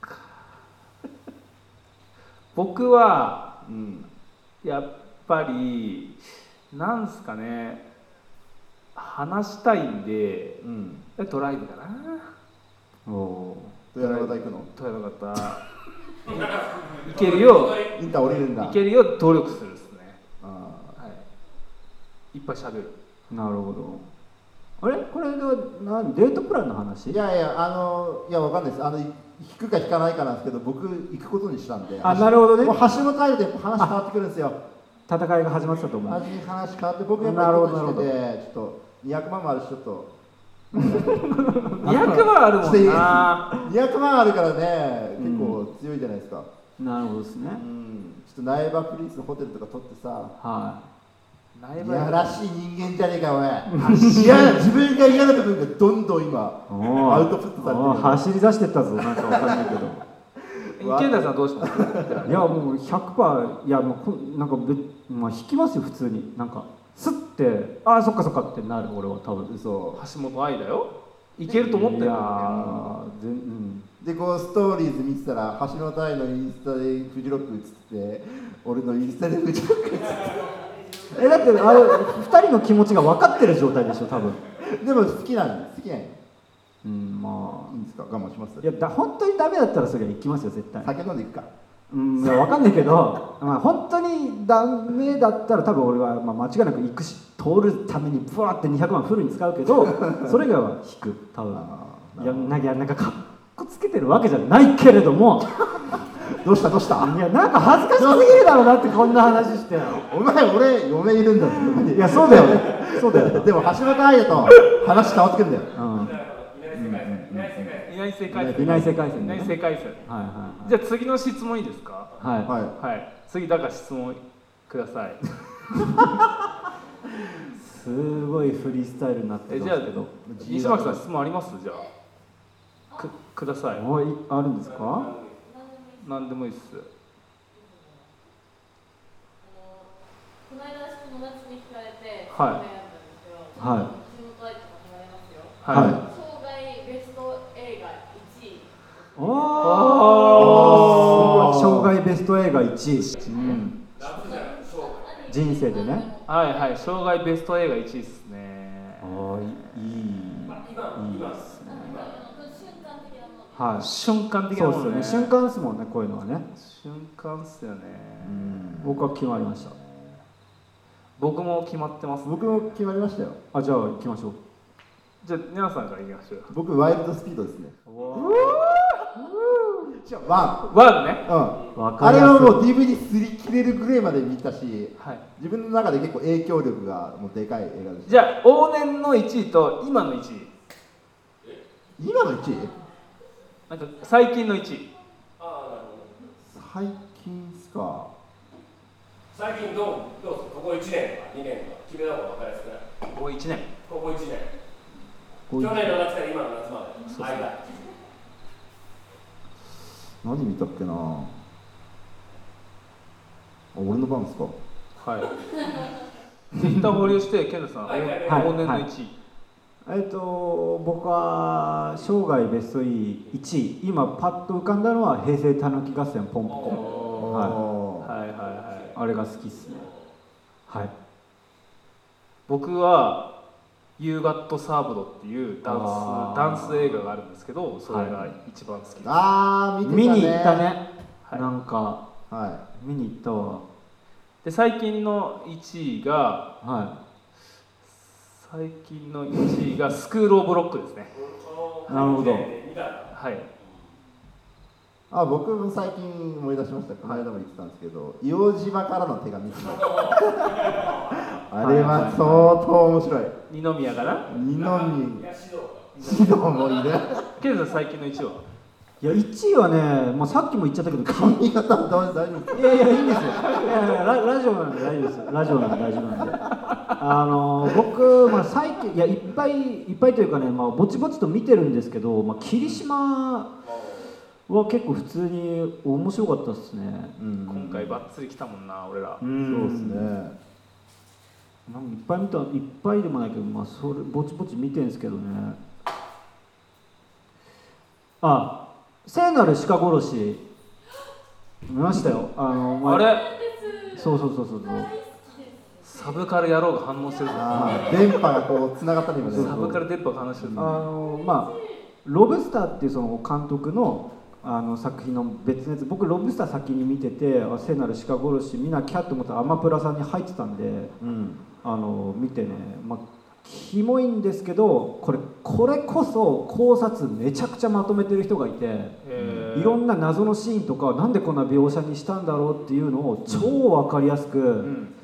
S2: か
S1: 僕は
S2: うん
S1: やっぱりなんすかね話したいんで
S2: うん
S1: ドライブかな
S3: おお
S2: 富山方行くの
S1: 富山方いけるよ
S2: インター降りるんだ
S1: いけるよ努力するですね
S2: あ
S1: はいいっぱい喋る
S3: ーなるほどあれこれがなんデートプランの
S2: ー
S3: 話
S2: いやいやあのいやわかんないですあのい引くか引かないかなんですけど僕行くことにしたんで
S3: あなるほどね
S2: もう橋本愛で話変わってくるんですよ
S3: 戦いが始まってたと思う
S2: 味に話変わって僕やっぱ行くことにしててちょっと200万もあるしちょっと
S1: 200万あるもんな
S2: 200万あるからね結構強いじゃないですか、
S3: なるほどですね
S2: うんちょっと苗場プリンスのホテルとか取ってさ
S3: はい
S1: 苗
S2: い
S1: 場
S2: やらしい人間じゃねえかお前嫌な自分が嫌な部分がどんどん今
S3: おー
S2: アウトプットされてる
S3: おー走り出してったぞなんかわかんないけど
S1: 池田さんどうします
S3: いやもう100%いやもうこなんかべ、まあ、引きますよ普通になんかスッてああそっかそっかってなる俺は多分
S2: 嘘
S1: 橋本愛だよいけると思ってるん
S3: い
S1: だ
S3: や
S1: よ
S3: ーぜん
S2: でこうストーリーズ見てたら橋の台のインスタでフジロック映ってて俺のインスタでフジロック映っ
S3: うんえだってあれ2人の気持ちが分かってる状態でしょ多分
S2: てでも好きなの好きなの
S3: うんま
S2: いいんですか我慢します
S3: あいやだ本当にダメだったらそれは行きますよ絶対
S2: 酒飲んでいくか
S3: うんいやわかんないけど、まあ、本当にダメだったら多分俺は、まあ、間違いなく行くし通るためにブワーって200万フルに使うけどそれ以外は引く多
S2: あー
S3: 分いやなんかいやなんかかっこつけてるわけじゃないけれども
S2: どうしたどうした
S3: いやなんか恥ずかしすぎるだろうなってこんな話して
S2: お前俺嫁いるんだぞ
S3: いやそうだよね そうだよね
S2: でも橋本愛だと話変わってくんだよ
S3: うんはい
S4: いない世界線いない世界線
S1: いない世界線いない世界
S3: いない世界線
S1: 線
S3: はい
S1: じゃあ次の質問いいですか
S3: はいはい
S2: は
S1: はい次だから質問ください
S3: すごいフリースタイルになって
S1: え
S3: るん
S1: じ
S3: で
S1: ゃあ
S3: すけど
S1: 西巻さん質問ありますじゃあくください
S3: もういあるんですか
S1: 何でもいいっす
S5: この間友達に聞かれ
S1: はい
S5: て、これ選んだんですよ。
S3: はい
S5: 仕事相手も言われますよ。
S1: はい、
S2: は
S5: 生涯ベスト映画1位。
S3: お
S1: お
S3: お障害ベスト映画1位、うん、
S4: 夏じゃんそう
S3: 人生でね
S1: はいはい障害ベスト映画1位っすね
S3: おーいい
S4: まあ今の今の
S5: 瞬間的なもの。
S3: はい
S1: 瞬間的なも
S3: そうです
S1: の
S3: よ
S1: ね
S3: ね瞬間ですもんねこういうのはね
S1: 瞬間っすよね
S3: 僕は決まりました
S1: 僕も決まってます
S2: い僕も決まりましたよ
S3: あじゃあ行きましょう
S1: じゃあ皆さんからいきましょう
S2: 僕ワイルドスピードですねワ
S1: ワンね
S2: ンうん
S3: わか
S2: あ
S3: り
S2: れ
S3: やすい
S2: はもう DVD すり切れるぐらいまで見たし
S1: はい
S2: 自分の中で結構影響力がもうでかい映画でした
S1: じゃあ往年の1位と今の1位
S2: 今の1位
S1: なんか最近の1位
S2: 最近っすか
S4: 最近どうどうですかここ1年とか2年とか決めた方が分かりやすくない
S1: ここ1年
S4: ここ1年
S2: こ
S4: 去
S2: ういう
S4: 年の夏から今の夏までの間
S2: 何見たっけなあ俺の番ですか
S1: はいツイッター保留して健太さん
S4: はいはい
S3: はい
S1: 往年の
S3: は
S1: 1
S3: い
S1: 位
S3: えっと僕は生涯ベスト1位今パッと浮かんだのは平成たぬき合戦ポンポコ
S2: は
S1: はいはいはい
S3: あれが好きっすねはい
S1: 僕は「ユーガット・サーブド」っていうダン
S3: あ
S1: ス
S3: ー
S1: ダンス映画があるんですけどそれが一番好きです、
S2: あー
S3: 見
S2: 見てたね
S3: に行ったね、
S1: はい
S3: なんか
S2: は
S3: 見に行ったわ
S1: で最近の1位が
S3: は
S1: 最近の1位がスクール・オブ・ロックですね
S3: なるほど
S4: 見た
S1: はい
S2: いあ僕も最近思い出しましたこの間も言ってたんですけど硫黄島からの手紙あれは相当面白い
S1: 二宮かな
S2: 二宮
S4: 東道
S2: 指導もいる
S1: 健太さん最近の1位はい
S3: いや1位はね、まあ、さっきも言っちゃったけど髪
S2: 新潟も大丈夫
S3: いやいやいいんですよいやいやララジオなんで大丈夫ですよラジオなんで大丈夫なんであの僕、まあ、最近いやいっぱいいっぱいというかね、まあ、ぼちぼちと見てるんですけど、まあ、霧島は結構普通に面白かったですね
S2: うん
S1: 今回バッツリ来たもんな俺ら
S2: そうですね
S3: なんかいっぱい見たいっぱいでもないけど、まあ、それぼちぼち見てんですけどねあ聖なる鹿殺し見ましたよあのま
S1: あれ
S3: そうそうそうそうそう
S1: サブカル野郎が反応してるぞサ
S2: あー電波がこうつながったりもね
S1: ブカル電波が話してる
S3: あ
S1: ぞ
S3: のまあロブスターっていうその監督のあの作品の別のやつ僕ロブスター先に見ててあ聖なる鹿殺し見なきゃと思ったらアマプラさんに入ってたんで
S2: うん
S3: あの見てね、まあ、キモいんですけどこれこれこそ考察めちゃくちゃまとめてる人がいて。
S1: えー
S3: いろんな謎のシーンとかなんでこんな描写にしたんだろうっていうのを超分かりやすく、
S1: うん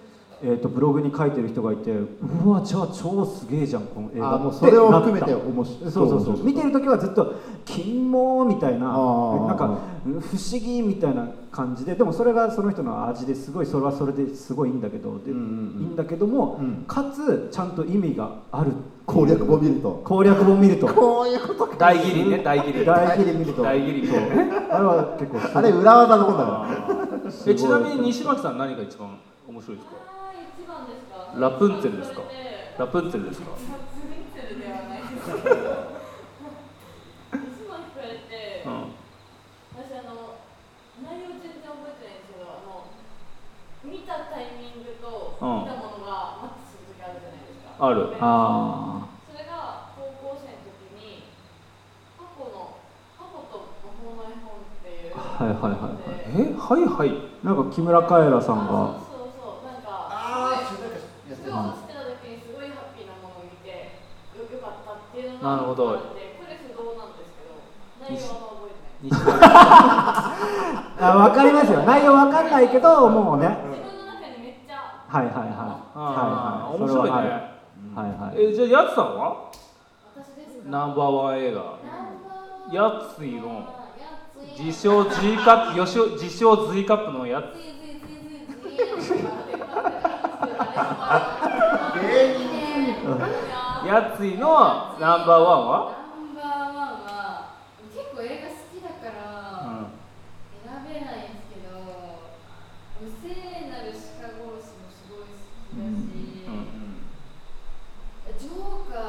S3: えー、とブログに書いてる人がいてうわじゃあ超すげえじゃんこの映画
S2: あーもうそれを
S3: ってなった
S2: 含めて面白い
S3: そうそうそう見てる時はずっと「金毛」みたいな
S2: あー
S3: なんかうん不思議みたいな感じででもそれがその人の味ですごいそれはそれですごいいいんだけどで、
S2: うんうんうん
S3: いいんだけども、
S2: うん
S3: かつちゃんと意味がある
S2: 攻略本見ると
S3: 攻略本見ると
S2: こういうことか
S1: 大喜利ね大喜利
S3: 大喜利
S2: 見ると
S1: 大喜利みたいなね
S3: あれは結構すごい
S2: あれ裏技のことだから
S1: えちなみに西巻さん何が一番面白いですか
S5: あー一番ですか
S1: ラプンツェルですか
S5: ラプン
S1: ラプンツェルですか
S5: ツェルではないで すけど一番聞かれて、
S1: うん
S5: 私あの内容全然覚えてないんですけどあの見たタイミングと
S1: うん
S5: 見たものがマッチする時あるじゃないですか
S1: ある
S3: あ
S5: それが高校生の時に
S3: はいはいはいはい
S1: えはいはい
S3: なんか木村カエラさんが
S5: そうそうそうなんか
S2: ああ、
S5: すごい落ちてた時にすごいハッピーなものを見てよよかったっていうの
S1: な
S5: が
S1: るほど
S5: あってこれ不動なんですけど内容は覚えてない
S1: 西川
S3: あわかりますよ内容わかんないけどもうね
S5: 自分の中にめっちゃ
S3: はいはいはい
S1: あ
S3: は
S1: ー
S3: い
S1: 面白いね、
S3: はいそれははいはい
S1: えじゃあやつさんは
S5: 私ですが
S1: ナンバーワン映画
S5: ナンバー
S1: やついの
S5: やつい
S1: 自称 G カップ自称自称 Z カップのやつ
S5: ついついついついついや
S1: やついのナンバーワンは、
S5: ナンバーワンは結構映画好きだから、選べないんですけど「無聖なるシカゴ殺し」もすごい好きだし、
S1: うんうん
S5: ジョーカー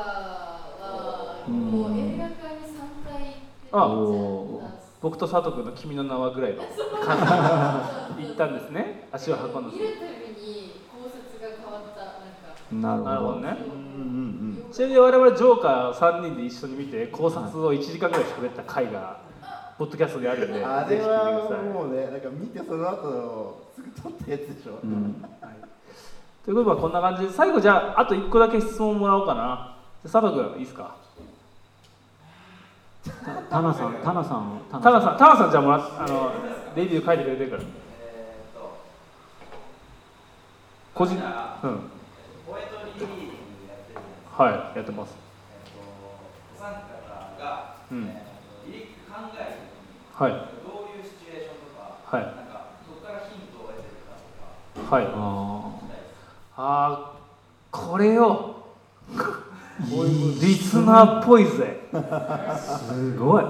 S5: はもう映画館に3回行って
S1: 僕と佐藤君の「君の名は」ぐらいの
S5: あ
S1: 行ったんです ね足を運ん
S5: 見
S1: で
S5: るたびに考察が変わったなんか
S3: な
S1: なる
S3: るほ
S1: ほ
S3: ど
S1: ど
S3: ね
S1: ね
S2: うん
S1: ちなみに我々ジョーカー3人で一緒に見て考察を1時間ぐらい喋った回がポッドキャストであるんでぜひ
S2: あ
S1: 聞い
S2: れ
S1: てくださ
S2: はいもうね、なんか見てその後すぐ撮ったやつでしょ。
S3: うん
S1: ということはこんな感じで最後じゃああと1個だけ質問もらおうかなじゃあ佐藤君いいですか
S3: たタナさんタナさんタ
S1: タナさんタナさんじゃあもらっあのレビュー書いてくれてるから個人うんはいやってますうんはいはいはい
S3: あ
S1: あーこれを リスナーっぽいぜ
S3: ーすごい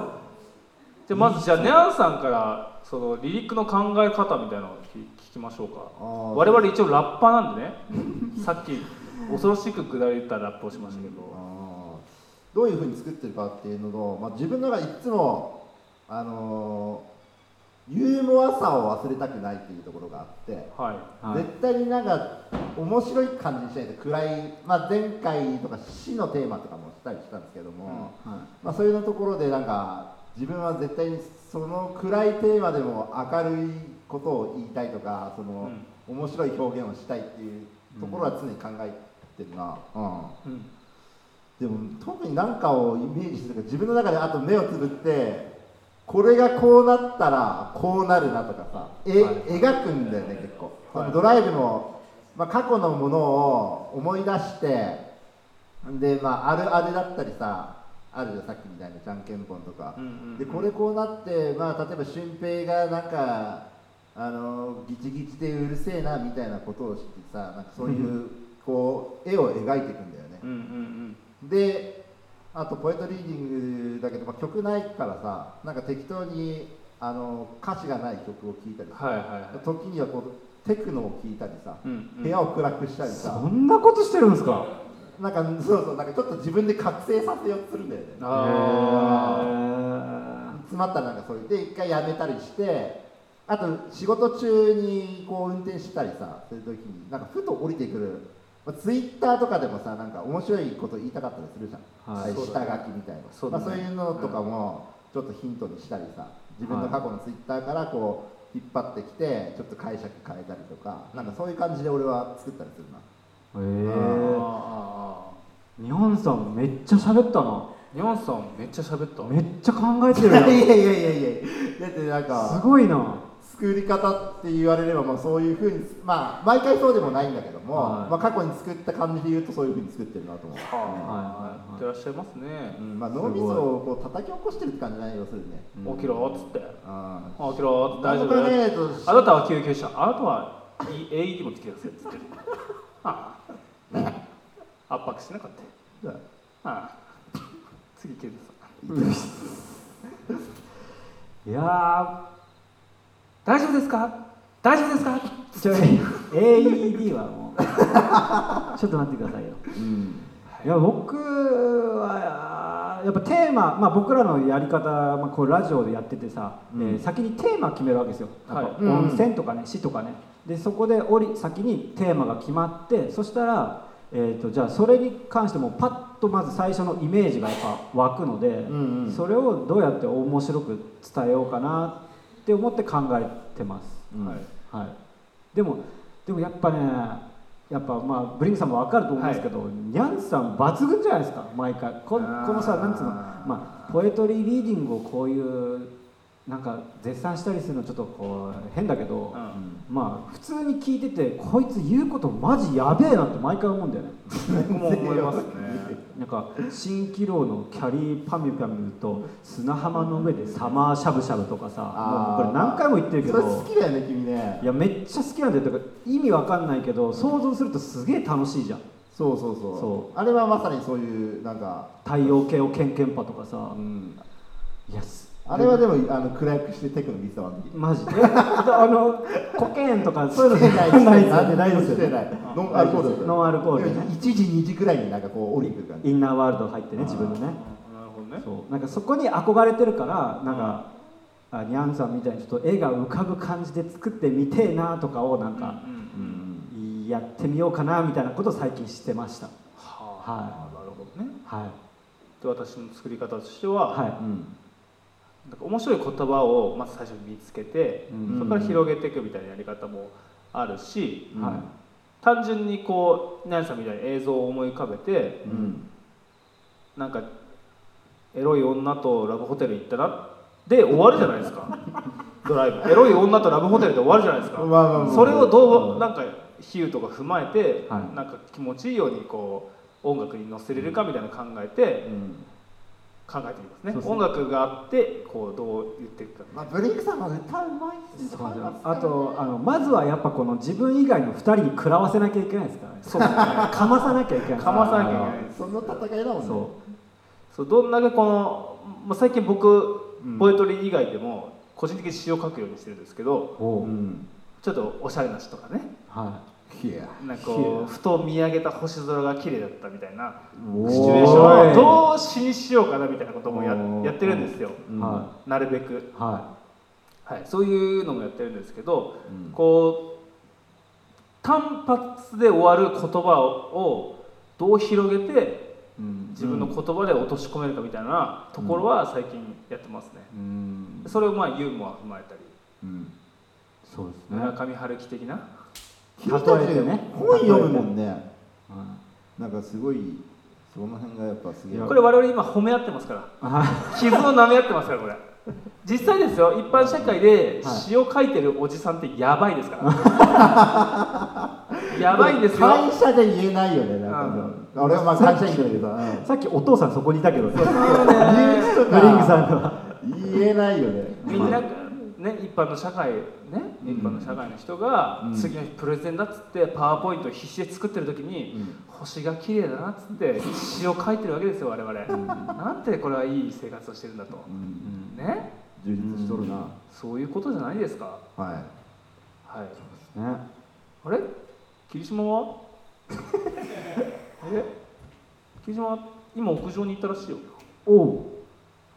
S1: じゃあまずじゃあニャンさんからそのリリックの考え方みたいなのを聞聞きましょうか我々一応ラッパーなんで ねさっき恐ろしく下りたラップをしましたけど
S2: あーどういうふうに作ってるかっていうのと、まあ、自分のがいつも、あのーユーモアさを忘れたくないっていうところがあって、
S1: はい
S3: はい
S2: 絶対になんか面白い感じにしないと暗い、まあ、前回とか死のテーマとかもしたりしたんですけども、
S3: は
S2: まあ、そういうところでなんか自分は絶対にその暗いテーマでも明るいことを言いたいとかその、面白い表現をしたいっていうところは常に考えてるな。うん
S1: うん
S2: でも特に何かをイメージするから自分の中であと目をつぶってこれがこうなったらこうなるなとかさえ、
S1: はい
S2: 描くんだよね結構、
S1: はい
S2: ドライブも、まあ、過去のものを思い出してで、まあ、あるあるだったりさあるじゃんさっきみたいなじゃんけんぽんとか、
S1: うんうん
S2: でこれこうなって、まあ、例えば俊平がなんかあのギチギチでうるせえなみたいなことをしてさなんかそう いうこう絵を描いていくんだよね
S1: うんうん
S2: であとポエトリーディングだけど、まあ、曲ないからさなんか適当にあの歌詞がない曲を聴いたり
S1: うん
S2: さ、
S1: はいはいはい
S2: 時にはこうテクノを聴いたりさ、
S1: うんうん
S2: 部屋を暗くしたり
S3: いそ
S2: さ
S3: んなことしてるんですか
S2: なんかそうそうなんかちょっと自分で覚醒させようとするんだよね
S1: あ
S2: 詰まったらなんかそういうで一回やめたりしてあと仕事中にこう運転したりさする時になんかふと降りてくる、まあ、ツイッターとかでもさなんか面白いこと言いたかったりするじゃん
S3: は
S2: は
S3: い
S2: い、下書きみたいな
S1: そ
S2: そうう,、
S1: だ
S2: ま
S1: ね
S2: あ、そういうのとかもちょっとヒントにしたりさ自分の過去のツイッターからこう引っ張ってきてちょっと解釈変えたりとかなんかそういう感じで俺は作ったりするな
S3: え
S1: ー
S3: ー
S1: あ
S3: 日本さんめっちゃ喋ったな
S1: ーニャンさんめっちゃ喋った
S3: めっちゃ考えてる
S2: いや い
S3: やん
S2: やいやいやいやだってなん
S3: す
S2: か
S3: ごいな
S2: 作り方って言われればまあそういうふうにまあ毎回そうでもないんだけども、
S3: は
S2: ま
S3: い
S2: あ、過去に作った感じで言うとそういうふうに作ってるなと思う、
S1: は
S3: はいはいはい
S1: いはいいってらっしゃいますね
S2: うんまあ、脳みそをこう叩き起こしてるって感じない要するにね、
S1: 起きろっつって
S2: あ
S1: 起きろ
S2: あ
S1: 大丈
S2: 何も考え
S1: 夫
S2: ないと
S1: あなたは救急車あなたは AED もつけてくださいっつ ってああ圧迫しなかったよああ次ケンさん
S3: いや
S1: 大丈夫ですか大丈夫ですか
S3: ーちょい AED はも うちょっと待ってくださいよ
S2: うん
S3: いや僕はやっぱテーマ、まあ、僕らのやり方、まあ、こうラジオでやっててさ、
S2: うん
S3: えー先にテーマ決めるわけですよ、
S1: はい
S3: なんか
S2: うん
S3: 温泉とかね市とかねでそこで降り先にテーマが決まってそしたら、えー、とじゃあそれに関してもパッとまず最初のイメージがやっぱ湧くので、
S2: んうん
S3: それをどうやって面白く伝えようかなって思って考えてます、うん
S1: はい
S3: はいでもでもやっぱねやっぱまあブリンクさんも分かると思うんですけど、ニャンさん抜群じゃないですか毎回ここ
S2: あー
S3: のさなんつうのまあポエトリーリーディングをこういうなんか絶賛したりするのちょっとこう変だけど、まあ普通に聞いててこいつ言うことマジやべえなって毎回思うんだよね
S1: 僕も思いますね。
S3: なんか蜃気楼のキャリーパミュパミュと砂浜の上でサマーしゃぶしゃぶとかさ
S2: あ
S3: も
S2: ー
S3: うこれ何回も言ってるけ
S2: それ好
S3: ど
S2: きだよね君ね
S3: いやめっちゃ好きなんだよだから意味わかんないけど想像するとすげえ楽しいじゃん
S2: そうそうそう
S3: そ
S2: あれはまさにそういうなんか、
S3: 太陽系をケンケンパとかさ
S2: うん、
S3: いやす
S2: あれはでもあの暗くしてテクノ見てたわけ
S3: マジで あのコケーンとかそういうの
S2: ない
S3: ですよねないです
S2: し
S3: よ
S2: て
S3: ね
S2: ないノンアルコールだった
S3: ノンアルコールね
S2: でも1時2時くらいになんかこう降りてくる感じ
S3: インナーワールド入ってね自分のね
S1: なるほどね。
S3: そうなんかそこに憧れてるからなんか、あニャンさんみたいにちょっと絵が浮かぶ感じで作ってみてえなとかをなんか、
S2: うん
S3: やってみようかなみたいなことを最近してました
S1: はあ、なるほどね。
S3: はい
S1: で私の作り方としては、
S3: は
S2: うん
S1: なんか面白い言葉をまず最初に見つけて、
S3: うん
S1: そこから広げていくみたいなやり方もあるし、
S3: い、はい
S1: 単純にこうナンさんみたいに映像を思い浮かべて、
S2: うん
S1: なんかエロい女とラブホテル行ったなで終わるじゃないですかドライブエロい女とラブホテルで終わるじゃないですか、
S2: まあまあまあ
S1: それをどうなんか比喩とか踏まえて、
S3: はい
S1: なんか気持ちいいようにこう音楽に乗せれるかみたいなの考えて、
S2: うん
S1: 考えてみますね
S3: そうですね
S1: 音楽があってこうどう言っていくか
S2: まあブリンクさんは歌うまいっす
S3: そ
S2: よ
S3: うじゃんあとあのまずはやっぱこの自分以外の2人に食らわせなきゃいけないですからね
S1: そうですね
S3: かまさなきゃいけない
S1: かまさなきゃいけない
S2: そんな戦いだもんね
S3: そ
S1: そうどんだけこの、まあ、最近僕
S2: うん
S1: ポエトリー以外でも個人的に詩を書くようにしてるんですけど
S3: うおう、
S2: ん
S1: ちょっとおしゃれな詩とかね
S3: はい
S2: や
S1: なんかこうふと見上げた星空が綺麗だったみたいな
S3: お
S1: シチュエーションを
S3: う
S1: どう詩にしようかなみたいなこともや
S2: おー
S1: やってるんですよ、
S2: うん
S3: は
S1: なるべく、
S3: は
S1: はい、そういうのもやってるんですけど
S2: うん
S1: こう単発で終わる言葉をどう広げて
S2: うん
S1: 自分の言葉で落とし込めるかみたいなところは最近やってますね、
S2: うん
S1: それをまあユーモア踏まえたり
S2: うん
S3: いそうですね
S1: 村上春樹的な
S2: 君たち
S3: 例えてね
S2: 本読むもんね
S3: うん
S2: なんかすごいその辺がやっぱすげえ
S1: これ我々今褒め合ってますから
S3: あ
S1: 傷を舐め合ってますからこれ実際ですよ一般社会で
S3: はい
S1: 詩を書いてるおじさんってやばいですからやばいんですよ
S2: 会社で言えないよねなんか俺はまあ会社員だけどさ
S3: さっきお父さんそこにいたけどねブリン
S2: ニュースとか
S3: クさんが
S2: 言えないよね
S1: みんなね一般の社会ね一般の社会の人が
S2: うん
S1: 次の日プレゼンだっつってパワーポイントを必死で作ってる時に
S2: うん
S1: 星が綺麗だなっつって詩を書いてるわけですよ我々なんてこれはいい生活をしてるんだと
S2: うん
S1: ね
S2: 充実しとるな
S1: そういうことじゃないですか
S2: はい
S1: はい
S3: ね
S1: あれ霧島は え霧島は今屋上に行ったらしいよ
S3: おう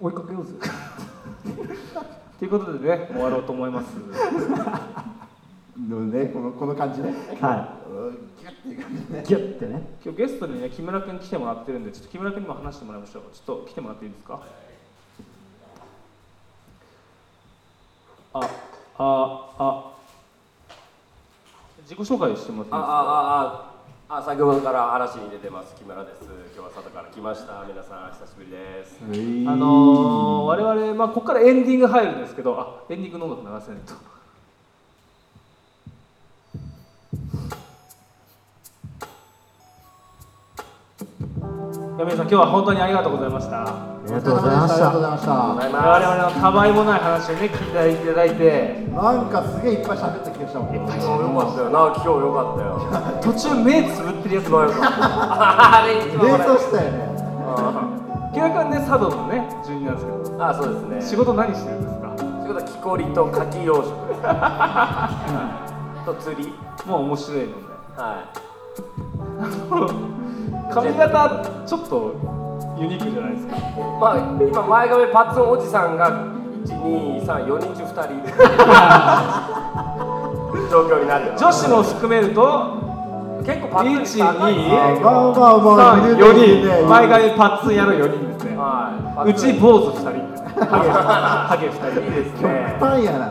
S3: 追いかけようぜ
S1: ということでね終わろうと思います
S2: でもねこのこの感じね
S3: は
S2: うんギュッていう感じね
S3: いギュッてね
S1: 今日ゲストにね木村君来てもらってるんでちょっと木村君にも話してもらいましょうちょっと来てもらっていいですかあああ自己紹介してもらっていいです
S4: あ
S1: か
S4: ああああ先ほどから話に出てます木村です今日は外から来ました皆さん久しぶりです
S1: あのー、我々、まあ、ここからエンディング入るんですけどあエンディングの音楽流せないと。山根さん今日は本当にありがとうございました
S3: あ
S1: 我
S3: りがとうございました
S2: ありがとうございました
S1: 々のたわいもない話をね聞いていただいて
S2: なんかすげえいっぱい喋った気がしたもん
S4: あよかったよな今日よかったよ
S1: 途中目つぶってるやつもあるから
S4: あれ一
S2: 冷
S4: 番
S2: 凍したよね
S1: 木村君ね茶道のね住人なんですけ
S4: あそうですね
S1: ど
S4: 仕
S1: 仕
S4: 事
S1: 事何してるんですか
S4: は木こりと牡蠣養殖 ですはいと釣り
S1: もう面白いので
S4: は
S1: 髪型ちょっとユニークじゃないですか
S4: いまあ今前髪パッツンおじさんが1234人中2人状況になってます
S1: 女子も含めると結構パッツンです高いですね
S2: まあまあまあ、
S1: 3、4人、毎回パッツンやる4人ですね。
S4: はいう
S1: ち坊主2人ですね。ハゲ2人
S4: いいです
S2: 極
S4: ね
S2: 端やな。
S4: は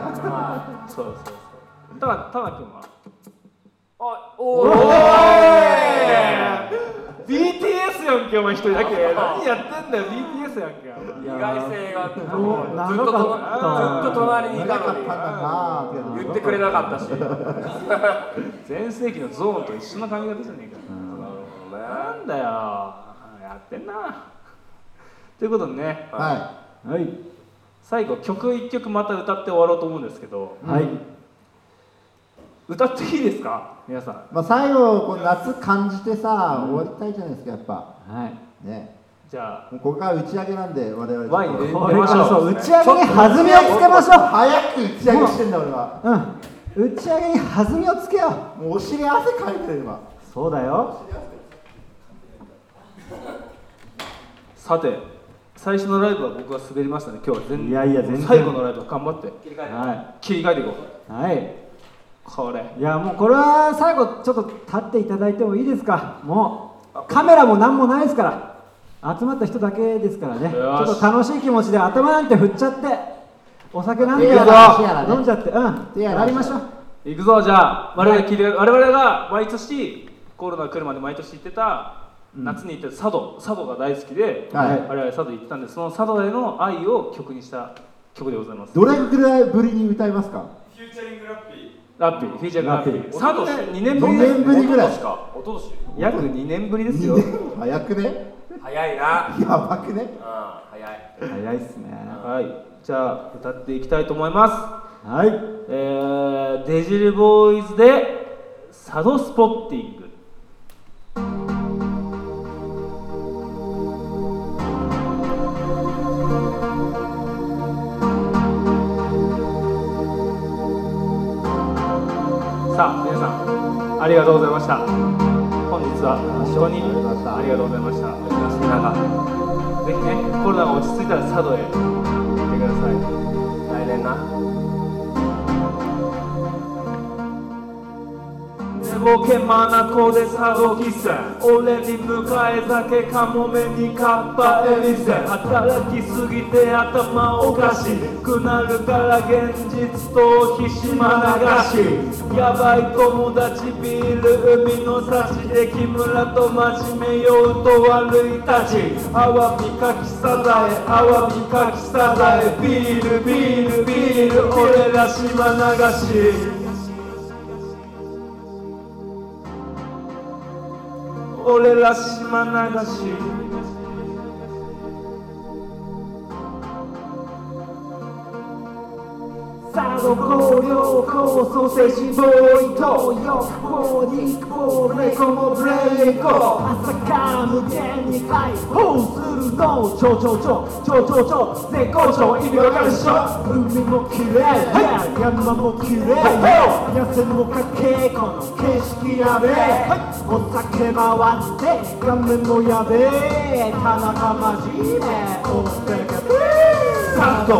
S4: いそうそうそう
S1: ただ、ただ君は
S4: あおー
S1: BTS やんけ、お前一人 だけ。何やってんだよ、BTS やんけ。
S4: 意外性があってずっと
S3: 長
S4: ずっ
S3: かった
S4: と隣にいた
S2: 長かった
S4: の
S2: なぁ
S4: に言ってくれなか ったし
S1: 全盛期のゾーンと一緒の髪型じゃねえか。なんだよ、やってんな。ということでね、
S2: は
S3: はい
S1: 最後曲1曲また歌って終わろうと思うんですけど、
S3: はい
S1: 歌っていいですか、皆さん。
S2: い。まあ最後こう夏感じてさ終わりたいじゃないですかやっぱ
S3: はい
S2: ね。
S1: じゃあ、
S2: もうここから打ち上げなんで我々。
S1: ワインで
S3: これからそう打ち上げに弾みをつけましょう
S2: 早く打ち上げしてんだ俺は。
S3: うん打ち上げに弾みをつけよう
S2: もうお尻汗かいてるわ。
S3: そうだよ
S1: さて最初のライブは僕が滑りましたね今日は全
S3: いやいや全然
S1: 最後のライブは頑張って
S4: 切り替えて
S3: は
S1: 切り替えていこう
S3: いはい
S1: これ
S3: いやもうこれは最後ちょっと立っていただいてもいいですかもうカメラも何もないですから集まった人だけですからね
S1: し
S3: ちょっと楽しい気持ちで頭なんて振っちゃってお酒なんて
S2: 手やら手やらね
S3: 飲んじゃってうん
S2: 手やら
S3: やりましょう
S1: いくぞじゃあ我々,、切り我々が毎年コロナ来るまで毎年行ってた夏に行ってた佐渡佐渡が大好きで、
S2: はい
S1: 我々佐渡行ってたんでその佐渡への愛を曲にした曲でございます
S2: どれぐらいぶりに歌いますか。
S1: ラッピーフィーチャーラッピー
S4: ラッピー
S1: 佐渡2年ぶり
S2: 四
S1: です
S2: 年ぶりぐらい。
S4: かおととし
S1: 約2年ぶりですよ
S2: 2年早くね。
S4: 早いな
S2: やばくね
S4: う。ん早い
S3: 早いっすね
S1: はいじゃあ歌っていきたいと思います
S3: はい
S1: えーデジルボーイズでサドスポッティングさあ皆さんありがとうございました本日は本当にありがとうございましたなんかぜひねコロナが落ち着いたら佐渡へ行ってください
S4: 来年な
S1: つぼけまなこで佐渡喫茶俺に迎え酒かもめにカッパエビセ働きすぎて頭おかしくなるから現実とひしま流しやばい友達ビール海の幸で木村と真面目酔うと悪いたちあわみかきサザエあわみかきサザエビールビールビール俺ら島流し俺ら島流し
S6: 佐渡高良高ソーセージボーイ東洋モーニングボーレコもブレイコ朝から無限に解放するの超超超超超超絶好調意味わかるでしょ海も綺麗山も綺麗痩せもかけこの景色やべえお酒回って画面もやべえたまたまじめお酒が
S1: 佐渡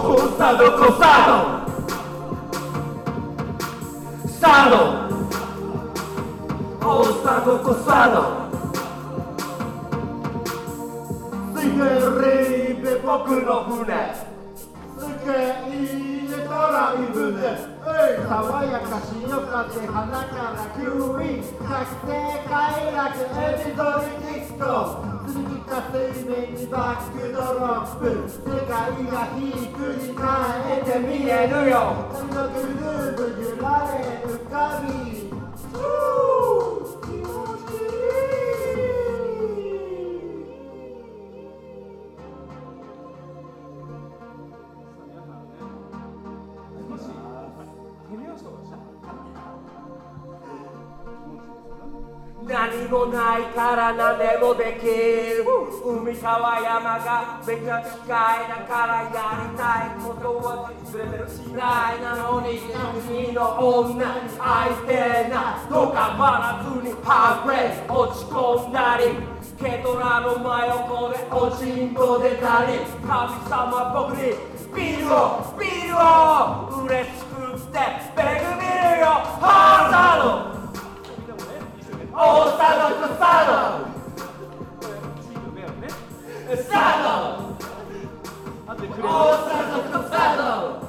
S1: コサドコサドサドコサドコサド
S2: Sigarette 僕の船世いいねドライブで爽やか潮風花からキウイ確定快楽エビドリディスコ釣り切った水面にバックドロップ世界がひっくり返って見えるよ髪のグルーブ揺られ浮かびふぅ気持ちいい
S4: 何もないから何でもできる海川山がめちゃ機械だからやりたいことはずれてるしないなのに海の女に愛してなどうかばらずにハーレー落ち込んだりケトラの真横でおちんこ出たり神様僕にビールをビールを嬉しくってベグビール
S7: るよハーサードオーサードとサードサードオーサードとサード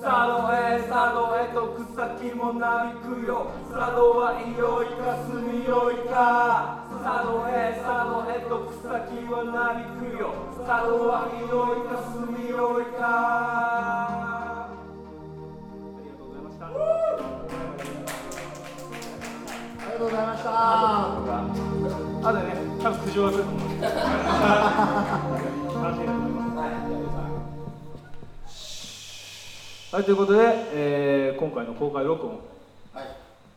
S7: サドへサドへと草木もなびくよサドはいよいか住みよいかサドへサドへと草木はなびくよサドはいよいか住みよいかありがとうございました
S2: ありがとうございました。
S1: あとね、多分苦情が来ると思うんで。楽しいなと思います。はい、ということで、えー今回の公開録音、
S2: はい。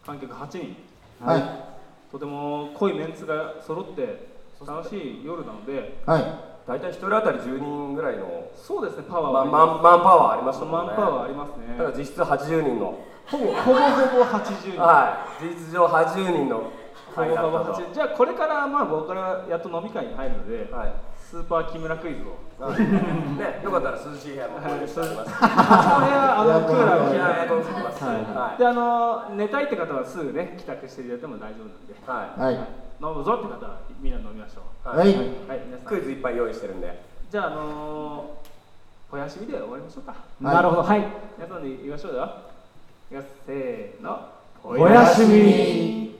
S1: 観客8人、
S2: はい。
S1: とても濃いメンツが揃って、楽しい夜なので、
S2: はい。
S4: 大体一人当たり10人ぐらいの、
S1: そうですね、パワーは
S4: ま
S1: あ
S4: あ、
S1: り
S4: マン
S1: ま
S4: マンパワーありまし
S1: す。
S4: た
S1: マン
S4: もんね
S1: パワーありますね。
S4: ただ実質80人の
S1: ほぼほぼほぼ80人。
S4: はい事実上80人の
S1: ほぼ
S4: 会だ
S1: ほぼ
S4: ったと
S1: 80じゃあこれからまあ僕からやっと飲み会に入るので、
S4: はい
S1: スーパー木村クイズを。
S4: ね、よかったら涼しい部屋もご用意しており
S1: こ
S4: ます。
S1: れはあのクーラーを
S4: 沖
S1: 切ら
S4: 縄
S1: な
S4: エ
S1: い
S4: アコンつきます。は
S1: であの寝たいって方はすぐね帰宅していただいても大丈夫なんで、
S4: い。は
S2: はい。
S1: 飲むぞって方はみんな飲みましょ
S2: はい。
S1: うはい皆さ
S4: い。
S1: ん
S4: クイズいっぱい用意してるんで。
S1: じゃああのー、小屋しみで終わりましょうか
S3: なるほどはい
S1: 皆さんで言いましょうよいきますせーの
S3: おやすみ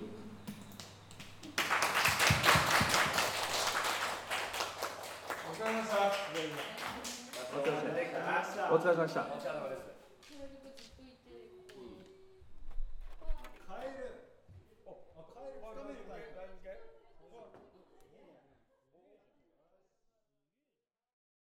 S1: お疲れ様でした